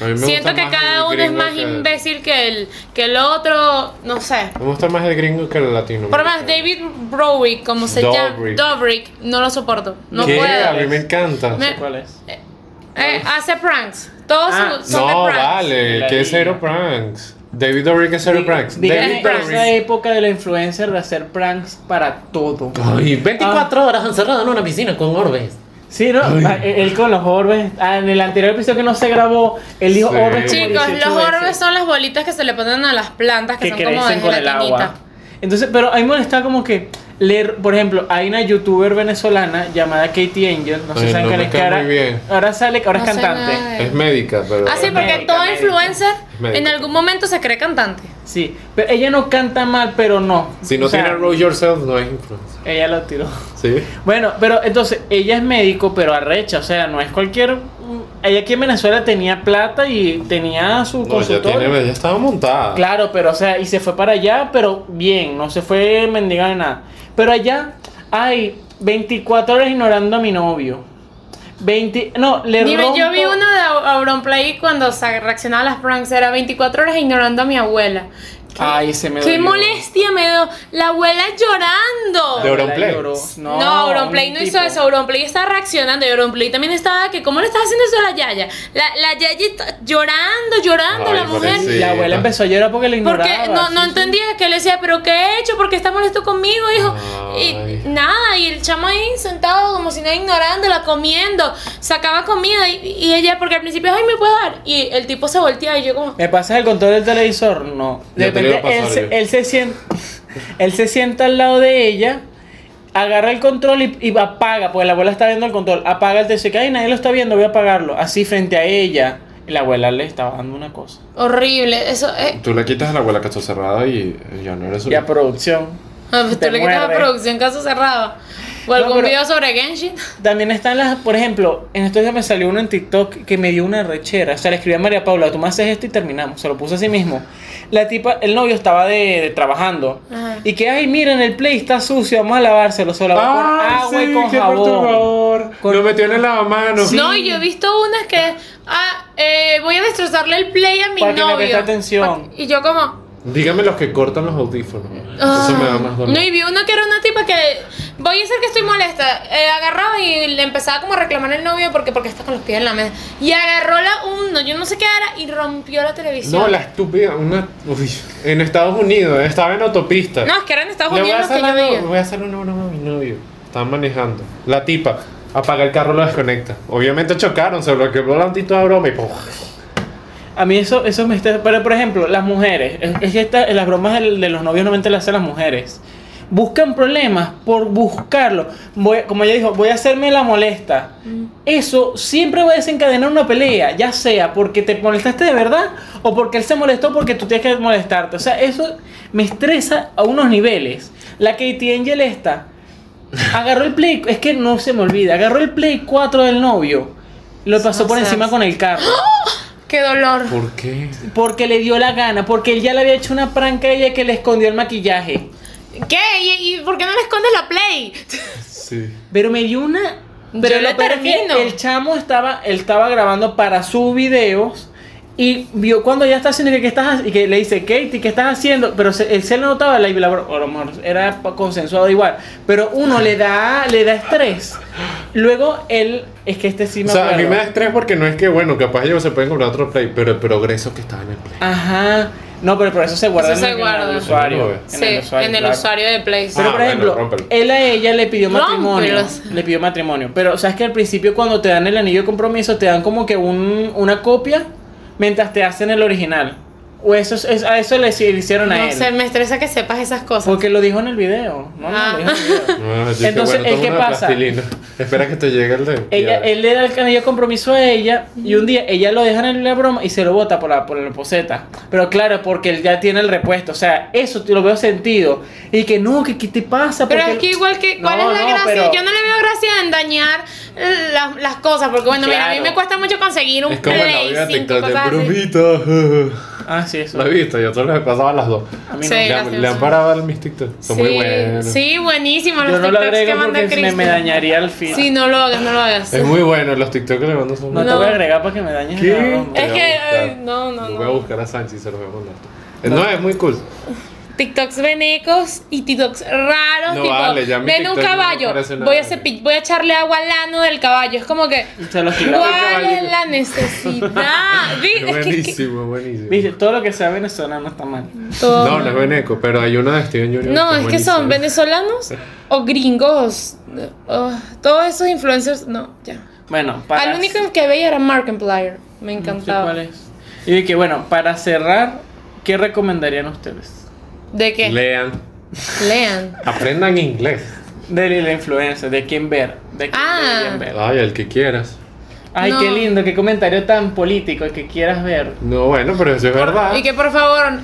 Speaker 2: A mí me
Speaker 1: Siento
Speaker 2: gusta
Speaker 1: que
Speaker 2: más
Speaker 1: cada
Speaker 2: el
Speaker 1: uno es
Speaker 2: gringo
Speaker 1: más
Speaker 2: que-
Speaker 1: imbécil que el, que el otro. No sé.
Speaker 2: Me gusta más el gringo que el latino.
Speaker 1: Por más, David Browick, como se llama.
Speaker 2: Dobrik.
Speaker 1: Dobrik, no lo soporto. No
Speaker 2: ¿Qué? A
Speaker 1: puedo.
Speaker 2: mí me encanta.
Speaker 1: Me-
Speaker 3: ¿Cuál es?
Speaker 1: Eh, hace pranks. Todos
Speaker 3: Ah,
Speaker 1: su- son de
Speaker 2: No,
Speaker 1: pranks.
Speaker 2: vale,
Speaker 3: La
Speaker 2: que
Speaker 3: vida.
Speaker 2: cero pranks. David Dobrik es cero pranks.
Speaker 3: Diga-
Speaker 2: David
Speaker 3: diga- es la
Speaker 2: Dobrik.
Speaker 3: época del influencer de hacer pranks para todo.
Speaker 2: Ay,
Speaker 3: 24
Speaker 4: horas encerrado en una piscina con orbes.
Speaker 3: Sí, ¿no?
Speaker 2: Ay.
Speaker 3: Va- Él con los orbes. Ah, en el anterior episodio que no se grabó, él dijo
Speaker 2: Sí.
Speaker 3: orbes. como
Speaker 1: Chicos,
Speaker 3: 18
Speaker 1: los
Speaker 3: veces.
Speaker 1: orbes son las bolitas que se le ponen a las plantas que,
Speaker 3: que
Speaker 1: son como de
Speaker 3: crecen con el agua.
Speaker 1: gelatinita.
Speaker 3: Entonces, pero a mí me molesta como que leer, por ejemplo, hay una youtuber venezolana llamada Katie Angel, no sé
Speaker 2: Ay,
Speaker 3: si saben
Speaker 2: no
Speaker 3: cuál
Speaker 2: me
Speaker 3: es
Speaker 2: cae
Speaker 3: cara.
Speaker 2: muy bien.
Speaker 3: Ahora sale, ahora
Speaker 1: No
Speaker 3: es
Speaker 1: sé
Speaker 3: cantante.
Speaker 1: nada de-
Speaker 2: Es médica, pero.
Speaker 1: Ah, sí, porque
Speaker 3: Médica,
Speaker 1: todo
Speaker 3: médica.
Speaker 1: influencer
Speaker 2: Médica.
Speaker 1: en algún momento se cree cantante.
Speaker 3: Sí, pero ella no canta mal, pero no.
Speaker 2: Si no
Speaker 3: O sea,
Speaker 2: tiene Roll Yourself, no es influencer.
Speaker 3: Ella lo tiró.
Speaker 2: Sí.
Speaker 3: Bueno, pero entonces ella es médico, pero arrecha, o sea, no es cualquier. Ella aquí en Venezuela tenía plata y tenía su
Speaker 2: No, ya,
Speaker 3: consultorio.
Speaker 2: tiene, ya estaba montada.
Speaker 3: Claro, pero o sea, y se fue para allá, pero bien, no se fue mendigando ni nada. Pero allá hay 24 horas ignorando a mi novio. 20, no, le
Speaker 1: Ni ve-
Speaker 3: rompo.
Speaker 1: yo vi uno de Au- Auron Play cuando se reaccionaba a las pranks, era 24 horas ignorando a mi abuela.
Speaker 3: Ay, se me
Speaker 1: ¡Qué
Speaker 3: dolió.
Speaker 1: molestia me dio! ¡La abuela llorando!
Speaker 2: De
Speaker 3: La
Speaker 2: Auronplay.
Speaker 3: lloró.
Speaker 1: No, Auronplay
Speaker 3: un
Speaker 1: no
Speaker 3: tipo.
Speaker 1: hizo eso. Auronplay está reaccionando. Y Auronplay también estaba que, ¿cómo le estás haciendo eso a la Yaya? La, la Yaya está llorando, llorando,
Speaker 2: Ay,
Speaker 1: la mujer.
Speaker 2: pobrecita.
Speaker 3: La abuela empezó a llorar porque la ignoraba.
Speaker 1: Porque no, no
Speaker 3: sí, sí.
Speaker 1: entendía que él decía, pero ¿qué he hecho? ¿Por qué está molesto conmigo, hijo?
Speaker 2: Ay.
Speaker 1: Y nada, y el chamo ahí sentado como si nada, ignorándola, comiendo, sacaba comida y, y ella, porque al principio, ay, me puedo dar. Y el tipo se voltea y yo como,
Speaker 3: ¿Me pasas el control del televisor? No. De
Speaker 2: Yo te lo iba a
Speaker 3: repente
Speaker 2: pasar, yo.
Speaker 3: él, se, él se sienta, él se sienta al lado de ella, agarra el control y, y apaga, porque la abuela está viendo el control. Apaga el televisor. Ay, nadie lo está viendo, voy a apagarlo. Así frente a ella. Y la abuela le estaba dando una cosa.
Speaker 1: horrible, eso eh,
Speaker 2: Tú le quitas a la abuela que está cerrada y eh, ya no eres su.
Speaker 3: Y a producción.
Speaker 1: ah, pues
Speaker 3: Te
Speaker 1: tú le quitas la
Speaker 3: muerde.
Speaker 1: producción caso cerrado. O
Speaker 3: No,
Speaker 1: algún
Speaker 3: pero-
Speaker 1: video sobre Genshin.
Speaker 3: También están las, por ejemplo, en estos días me salió uno en TikTok que me dio una rechera. O sea, le escribí a María Paula, tú me haces esto y terminamos. Se lo puse a sí mismo. La tipa, el novio estaba de, de- trabajando.
Speaker 1: Ajá.
Speaker 3: Y que, ay, miren, el play está sucio, vamos a lavárselo. Se lo lavó
Speaker 2: Ah,
Speaker 3: con agua
Speaker 2: sí,
Speaker 3: y con
Speaker 2: qué
Speaker 3: jabón.
Speaker 2: perturbador.
Speaker 3: Con-
Speaker 2: Lo metió en el lavamanos.
Speaker 1: No, y yo he visto unas que, ah, eh, voy a destrozarle el play a mi
Speaker 3: Para que me
Speaker 1: novio.
Speaker 3: preste atención.
Speaker 1: Y yo como,
Speaker 2: Dígame los que cortan los audífonos.
Speaker 1: Ah.
Speaker 2: Eso me da más dolor.
Speaker 1: No, y vi uno que era una tipa que. Voy a decir que estoy molesta. eh, agarraba y le empezaba como a reclamar al novio porque, porque está con los pies en la mesa. Y agarró la uno, yo no sé qué era, y rompió la televisión.
Speaker 2: No, la estúpida. Una... Uy, en Estados Unidos, eh, estaba en autopista.
Speaker 1: No, es que era en Estados
Speaker 2: Le voy a
Speaker 1: Unidos los
Speaker 2: hacer
Speaker 1: que yo
Speaker 2: la no-
Speaker 1: veía.
Speaker 2: voy a hacer una broma a mi novio. Están manejando. La tipa apaga el carro, lo desconecta. Obviamente chocaron, se bloqueó el volantito de broma y ¡pum!
Speaker 3: A mí eso, eso me está... Pero, por ejemplo, las mujeres. Es, es que esta- las bromas del- de, los novios normalmente las hacen las mujeres. Buscan problemas por buscarlo. Voy- como ella dijo, voy a hacerme la molesta. Eso siempre va a desencadenar una pelea, ya sea porque te molestaste de verdad o porque él se molestó porque tú tienes que molestarte. O sea, eso me estresa a unos niveles. La Katie Angel esta agarró el Play, es que no se me olvida, agarró el Play 4 del novio, lo pasó por
Speaker 1: seas-
Speaker 3: encima con el carro.
Speaker 1: Qué dolor.
Speaker 2: ¿Por qué?
Speaker 3: Porque le dio la gana, porque él ya le había hecho una pranca a ella que le escondió el maquillaje.
Speaker 1: ¿Qué? ¿Y, y por qué no le escondes la play?
Speaker 2: Sí.
Speaker 3: Pero me dio una. Pero
Speaker 1: Yo
Speaker 3: lo
Speaker 1: le
Speaker 3: peor es que
Speaker 1: termino.
Speaker 3: el chamo estaba, él estaba grabando para sus videos y vio cuando ya está haciendo que, que estás ha- y que le dice Katie, ¿qué estás haciendo? Pero se- él se lo notaba, la, la- o a lo mejor era pa- consensuado igual. Pero uno le da, le da estrés. Luego él, es que este sí
Speaker 2: O
Speaker 3: me
Speaker 2: sea, a mí
Speaker 3: acuerdo.
Speaker 2: me da estrés porque no es que, bueno, capaz ellos se pueden comprar otro play, pero el progreso que estaba en el play.
Speaker 3: Ajá. No, pero por eso se guarda,
Speaker 1: Eso
Speaker 3: en,
Speaker 1: se
Speaker 3: el-
Speaker 1: guarda.
Speaker 3: en el usuario.
Speaker 2: En
Speaker 1: sí, en el
Speaker 3: claro.
Speaker 1: usuario de play.
Speaker 3: Pero
Speaker 2: Ah,
Speaker 3: por
Speaker 2: bueno,
Speaker 3: ejemplo,
Speaker 2: rómpelo.
Speaker 3: él a ella le pidió matrimonio.
Speaker 1: Rómpelos.
Speaker 3: Le pidió matrimonio. Pero sabes que al principio cuando te dan el anillo de compromiso te dan como que un, una copia mientras te hacen el original. O eso, es- es- a eso le, sí le hicieron a
Speaker 1: No
Speaker 3: él.
Speaker 1: sé, me estresa que sepas esas cosas.
Speaker 2: Pues,
Speaker 3: Porque lo dijo en el video. No, no,
Speaker 1: Ah.
Speaker 3: lo dijo en el video.
Speaker 2: *laughs*
Speaker 3: *laughs*
Speaker 2: No, yo dije,
Speaker 3: Entonces,
Speaker 2: bueno,
Speaker 3: ¿el qué
Speaker 2: toma una
Speaker 3: pasa?
Speaker 2: plastilina. Espera que te llegue el de.
Speaker 3: Ella, él le da el anillo de compromiso a ella y un día ella lo deja en la broma y se lo bota por la, por la poseta. Pero claro, porque él ya tiene el repuesto. O sea, eso te lo veo sentido. Y que no, que qué te pasa.
Speaker 1: Pero
Speaker 3: Porque-
Speaker 1: es que igual que, ¿cuál
Speaker 3: No,
Speaker 1: es la
Speaker 3: no,
Speaker 1: gracia?
Speaker 3: pero-
Speaker 1: Yo no le veo gracia en dañar eh, las- las cosas, porque bueno, mira, a mí
Speaker 3: Claro.
Speaker 1: me cuesta mucho conseguir un
Speaker 2: Es como la
Speaker 1: Play
Speaker 2: vida de
Speaker 1: 5,
Speaker 2: TikTok de
Speaker 1: cosas así.
Speaker 2: brumita.
Speaker 3: Ah, sí, eso.
Speaker 2: Lo he visto, yo solo me pasaba las dos.
Speaker 3: A mí
Speaker 1: Sí,
Speaker 3: no.
Speaker 2: Le han-
Speaker 1: gracias.
Speaker 2: le han parado al mis TikToks. Son muy
Speaker 1: Sí,
Speaker 2: buenos.
Speaker 1: Sí, buenísimo, los
Speaker 3: Yo no lo
Speaker 1: TikToks que
Speaker 3: agrego
Speaker 1: manda
Speaker 3: porque me,
Speaker 1: Cristo.
Speaker 3: me dañaría el feed.
Speaker 1: Sí, no lo hagas, no lo hagas.
Speaker 2: Es muy bueno, los TikToks que le mando son
Speaker 3: no,
Speaker 2: muy
Speaker 3: te
Speaker 1: no. Eh,
Speaker 3: voy a agregar para que me dañes.
Speaker 2: ¿Qué?
Speaker 3: la broma.
Speaker 2: Te
Speaker 1: Es
Speaker 2: voy a
Speaker 1: que,
Speaker 2: buscar.
Speaker 1: ay, no, no,
Speaker 2: Lo
Speaker 1: no.
Speaker 2: Voy a buscar a Sánchez y se los voy a mandar. Eh, No, es muy cool.
Speaker 1: TikToks venecos y TikToks raros,
Speaker 2: No
Speaker 1: tipo,
Speaker 2: vale, ya mi
Speaker 1: ven un
Speaker 2: TikTok no me
Speaker 1: caballo,
Speaker 2: parece nada.
Speaker 1: voy a, cepi- voy a echarle agua al ano del caballo. Es como que,
Speaker 3: Se los quitaba.
Speaker 1: ¿cuál es la
Speaker 2: *laughs*
Speaker 1: necesidad? Vi- es que-
Speaker 2: Buenísimo, buenísimo.
Speaker 3: Viste, todo lo que sea venezolano está mal.
Speaker 1: que- todo-
Speaker 2: No, no es Beneco, pero hay uno de Steven Jr.
Speaker 1: No, es que son
Speaker 2: buenísimo.
Speaker 1: venezolanos o gringos. Oh, todos esos influencers, no, ya.
Speaker 3: Bueno, para.
Speaker 1: Al único que veía era Markiplier. Me
Speaker 3: No sé cuál
Speaker 1: encantaba.
Speaker 3: es. Y que bueno, para cerrar, ¿qué recomendarían ustedes?
Speaker 1: ¿De qué?
Speaker 2: Lean.
Speaker 1: Lean.
Speaker 2: Aprendan inglés.
Speaker 3: De la influencer, de quién ver, de quién
Speaker 1: Ah.
Speaker 3: ver, de quién ver.
Speaker 2: Ay, el que quieras.
Speaker 3: Ay,
Speaker 1: No.
Speaker 3: qué lindo, qué comentario tan político que quieras ver.
Speaker 2: No, bueno, pero eso es verdad.
Speaker 1: Y que por favor,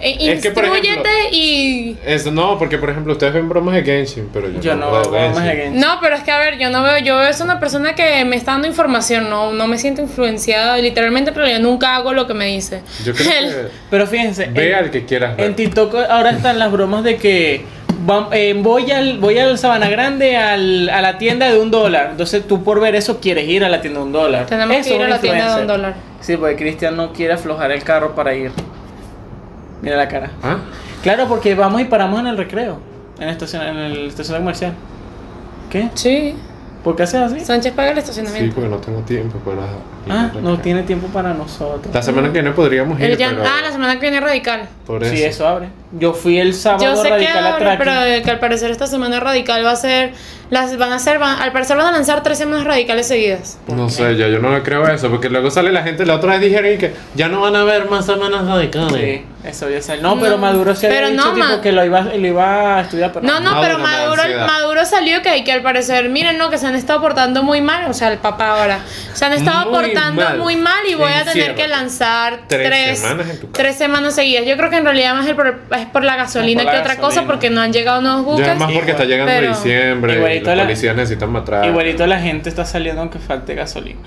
Speaker 1: eh,
Speaker 2: Es que, por
Speaker 1: instruyete
Speaker 2: ejemplo-
Speaker 1: y.
Speaker 2: Eso no, porque por ejemplo, ustedes ven bromas de Genshin, pero yo,
Speaker 3: Yo no veo más de Genshin.
Speaker 1: No, pero es que a ver, yo no veo, yo es una persona que me está dando información, no, no me siento influenciada, literalmente, pero yo nunca hago lo que me dice. *laughs*
Speaker 2: Yo creo
Speaker 3: Pero fíjense, eh,
Speaker 2: que ve
Speaker 3: en,
Speaker 2: al que quieras ver.
Speaker 3: en TikTok ahora están las bromas de que vam- eh, voy al voy al Sabana Grande al- a la tienda de un dólar. Entonces tú por ver eso quieres ir a la tienda de un dólar.
Speaker 1: Tenemos
Speaker 3: Eso
Speaker 1: que
Speaker 3: es
Speaker 1: ir a
Speaker 3: un
Speaker 1: la tienda de un
Speaker 3: influencer.
Speaker 1: dólar.
Speaker 3: Sí, porque Cristian no quiere aflojar el carro para ir. Mira la cara.
Speaker 2: ¿Ah?
Speaker 3: Claro, porque vamos y paramos en el recreo, en, estacion en el estación comercial. ¿Qué?
Speaker 1: Sí.
Speaker 3: ¿Por qué haces así?
Speaker 1: Sánchez paga el
Speaker 2: Sí,
Speaker 1: estacionamiento.
Speaker 2: porque no tengo tiempo para.
Speaker 3: Ah, no tiene tiempo para nosotros.
Speaker 2: La semana que viene podríamos ir.
Speaker 1: El llan-
Speaker 2: pero-
Speaker 1: ah, la semana que viene radical.
Speaker 2: Por eso.
Speaker 3: Sí, eso abre. Yo fui el sábado
Speaker 1: Yo sé que
Speaker 3: radical a
Speaker 1: ahora,
Speaker 3: Tracking.
Speaker 1: pero eh, que al parecer esta semana radical va a ser, las van a hacer, van- al parecer van a lanzar tres semanas radicales seguidas.
Speaker 2: No sé, ya yo no le creo eso, porque luego sale la gente, la otra vez dijeron y que ya no van a ver más semanas radicales.
Speaker 3: Sí, eso ya salió. No, pero Maduro se
Speaker 1: Pero
Speaker 3: había dicho
Speaker 1: no,
Speaker 3: tipo
Speaker 1: Ma-
Speaker 3: que lo iba, lo iba a estudiar. Pero
Speaker 1: No, no,
Speaker 2: Maduro
Speaker 1: pero
Speaker 2: Ah, me da
Speaker 1: Maduro,
Speaker 2: ansiedad.
Speaker 1: Maduro salió que hay que al parecer, miren, no, que se han estado portando muy mal, o sea, el papá ahora, se han estado
Speaker 2: Muy
Speaker 1: portando
Speaker 2: mal.
Speaker 1: muy mal y voy a tener
Speaker 2: Enciérrate.
Speaker 1: que lanzar
Speaker 2: Tres
Speaker 1: tres,
Speaker 2: semanas en tu casa.
Speaker 1: tres semanas seguidas. Yo creo que en realidad más el pro- es por la gasolina
Speaker 3: Es por la
Speaker 1: que otra cosa,
Speaker 3: gasolina.
Speaker 1: porque no han llegado nuevos buques.
Speaker 2: Ya es más porque está llegando
Speaker 1: Pero-
Speaker 2: diciembre y
Speaker 3: Igualito
Speaker 2: los
Speaker 3: la-
Speaker 2: policías necesitan matar.
Speaker 3: Igualito la gente está saliendo aunque falte gasolina.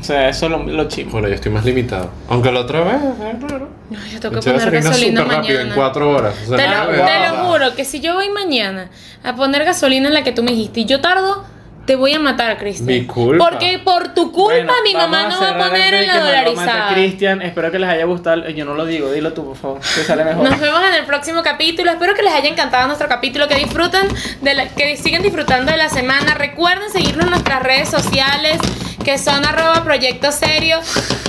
Speaker 3: O sea, eso es lo, lo chimbo.
Speaker 2: Bueno, yo estoy más limitado. Aunque la otra vez, es raro.
Speaker 1: Ay, yo tengo que
Speaker 2: Eché
Speaker 1: poner gasolina
Speaker 2: súper rápido, en
Speaker 1: mañana.
Speaker 2: cuatro horas. O sea,
Speaker 1: Te
Speaker 2: nada
Speaker 1: lo,
Speaker 2: de
Speaker 1: te
Speaker 2: nada.
Speaker 1: lo juro que si yo voy mañana a poner gasolina en la que tú me dijiste y yo tardo, te voy a matar, Cristian.
Speaker 2: Mi culpa.
Speaker 1: Porque por tu culpa
Speaker 3: Bueno,
Speaker 1: mi
Speaker 3: vamos
Speaker 1: mamá no va a
Speaker 3: cerrar
Speaker 1: poner
Speaker 3: antes
Speaker 1: en
Speaker 3: de
Speaker 1: la
Speaker 3: que me lo mate
Speaker 1: dolarizada.
Speaker 3: Cristian, espero que les haya gustado. Yo no lo digo, dilo tú, por favor. Que sale mejor.
Speaker 1: Nos vemos en el próximo capítulo. Espero que les haya encantado nuestro capítulo, que disfruten, de la- que sigan disfrutando de la semana. Recuerden seguirnos en nuestras redes sociales, que son arroba proyecto serio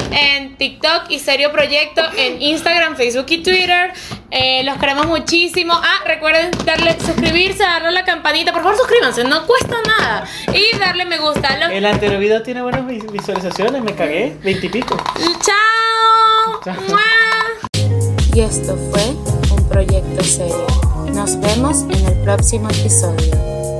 Speaker 1: en TikTok y serio proyecto en Instagram, Facebook y Twitter. Eh, los queremos muchísimo. Ah, recuerden darle suscribirse, darle a la campanita. Por favor, suscríbanse, no cuesta nada. Y darle me gusta. Los-
Speaker 3: El anterior video tiene buenas vi- visualizaciones, me cagué, veintipico.
Speaker 1: ¡Chao!
Speaker 3: Chao.
Speaker 1: ¡Mua!
Speaker 5: Y esto fue un proyecto serio. Nos vemos en el próximo episodio.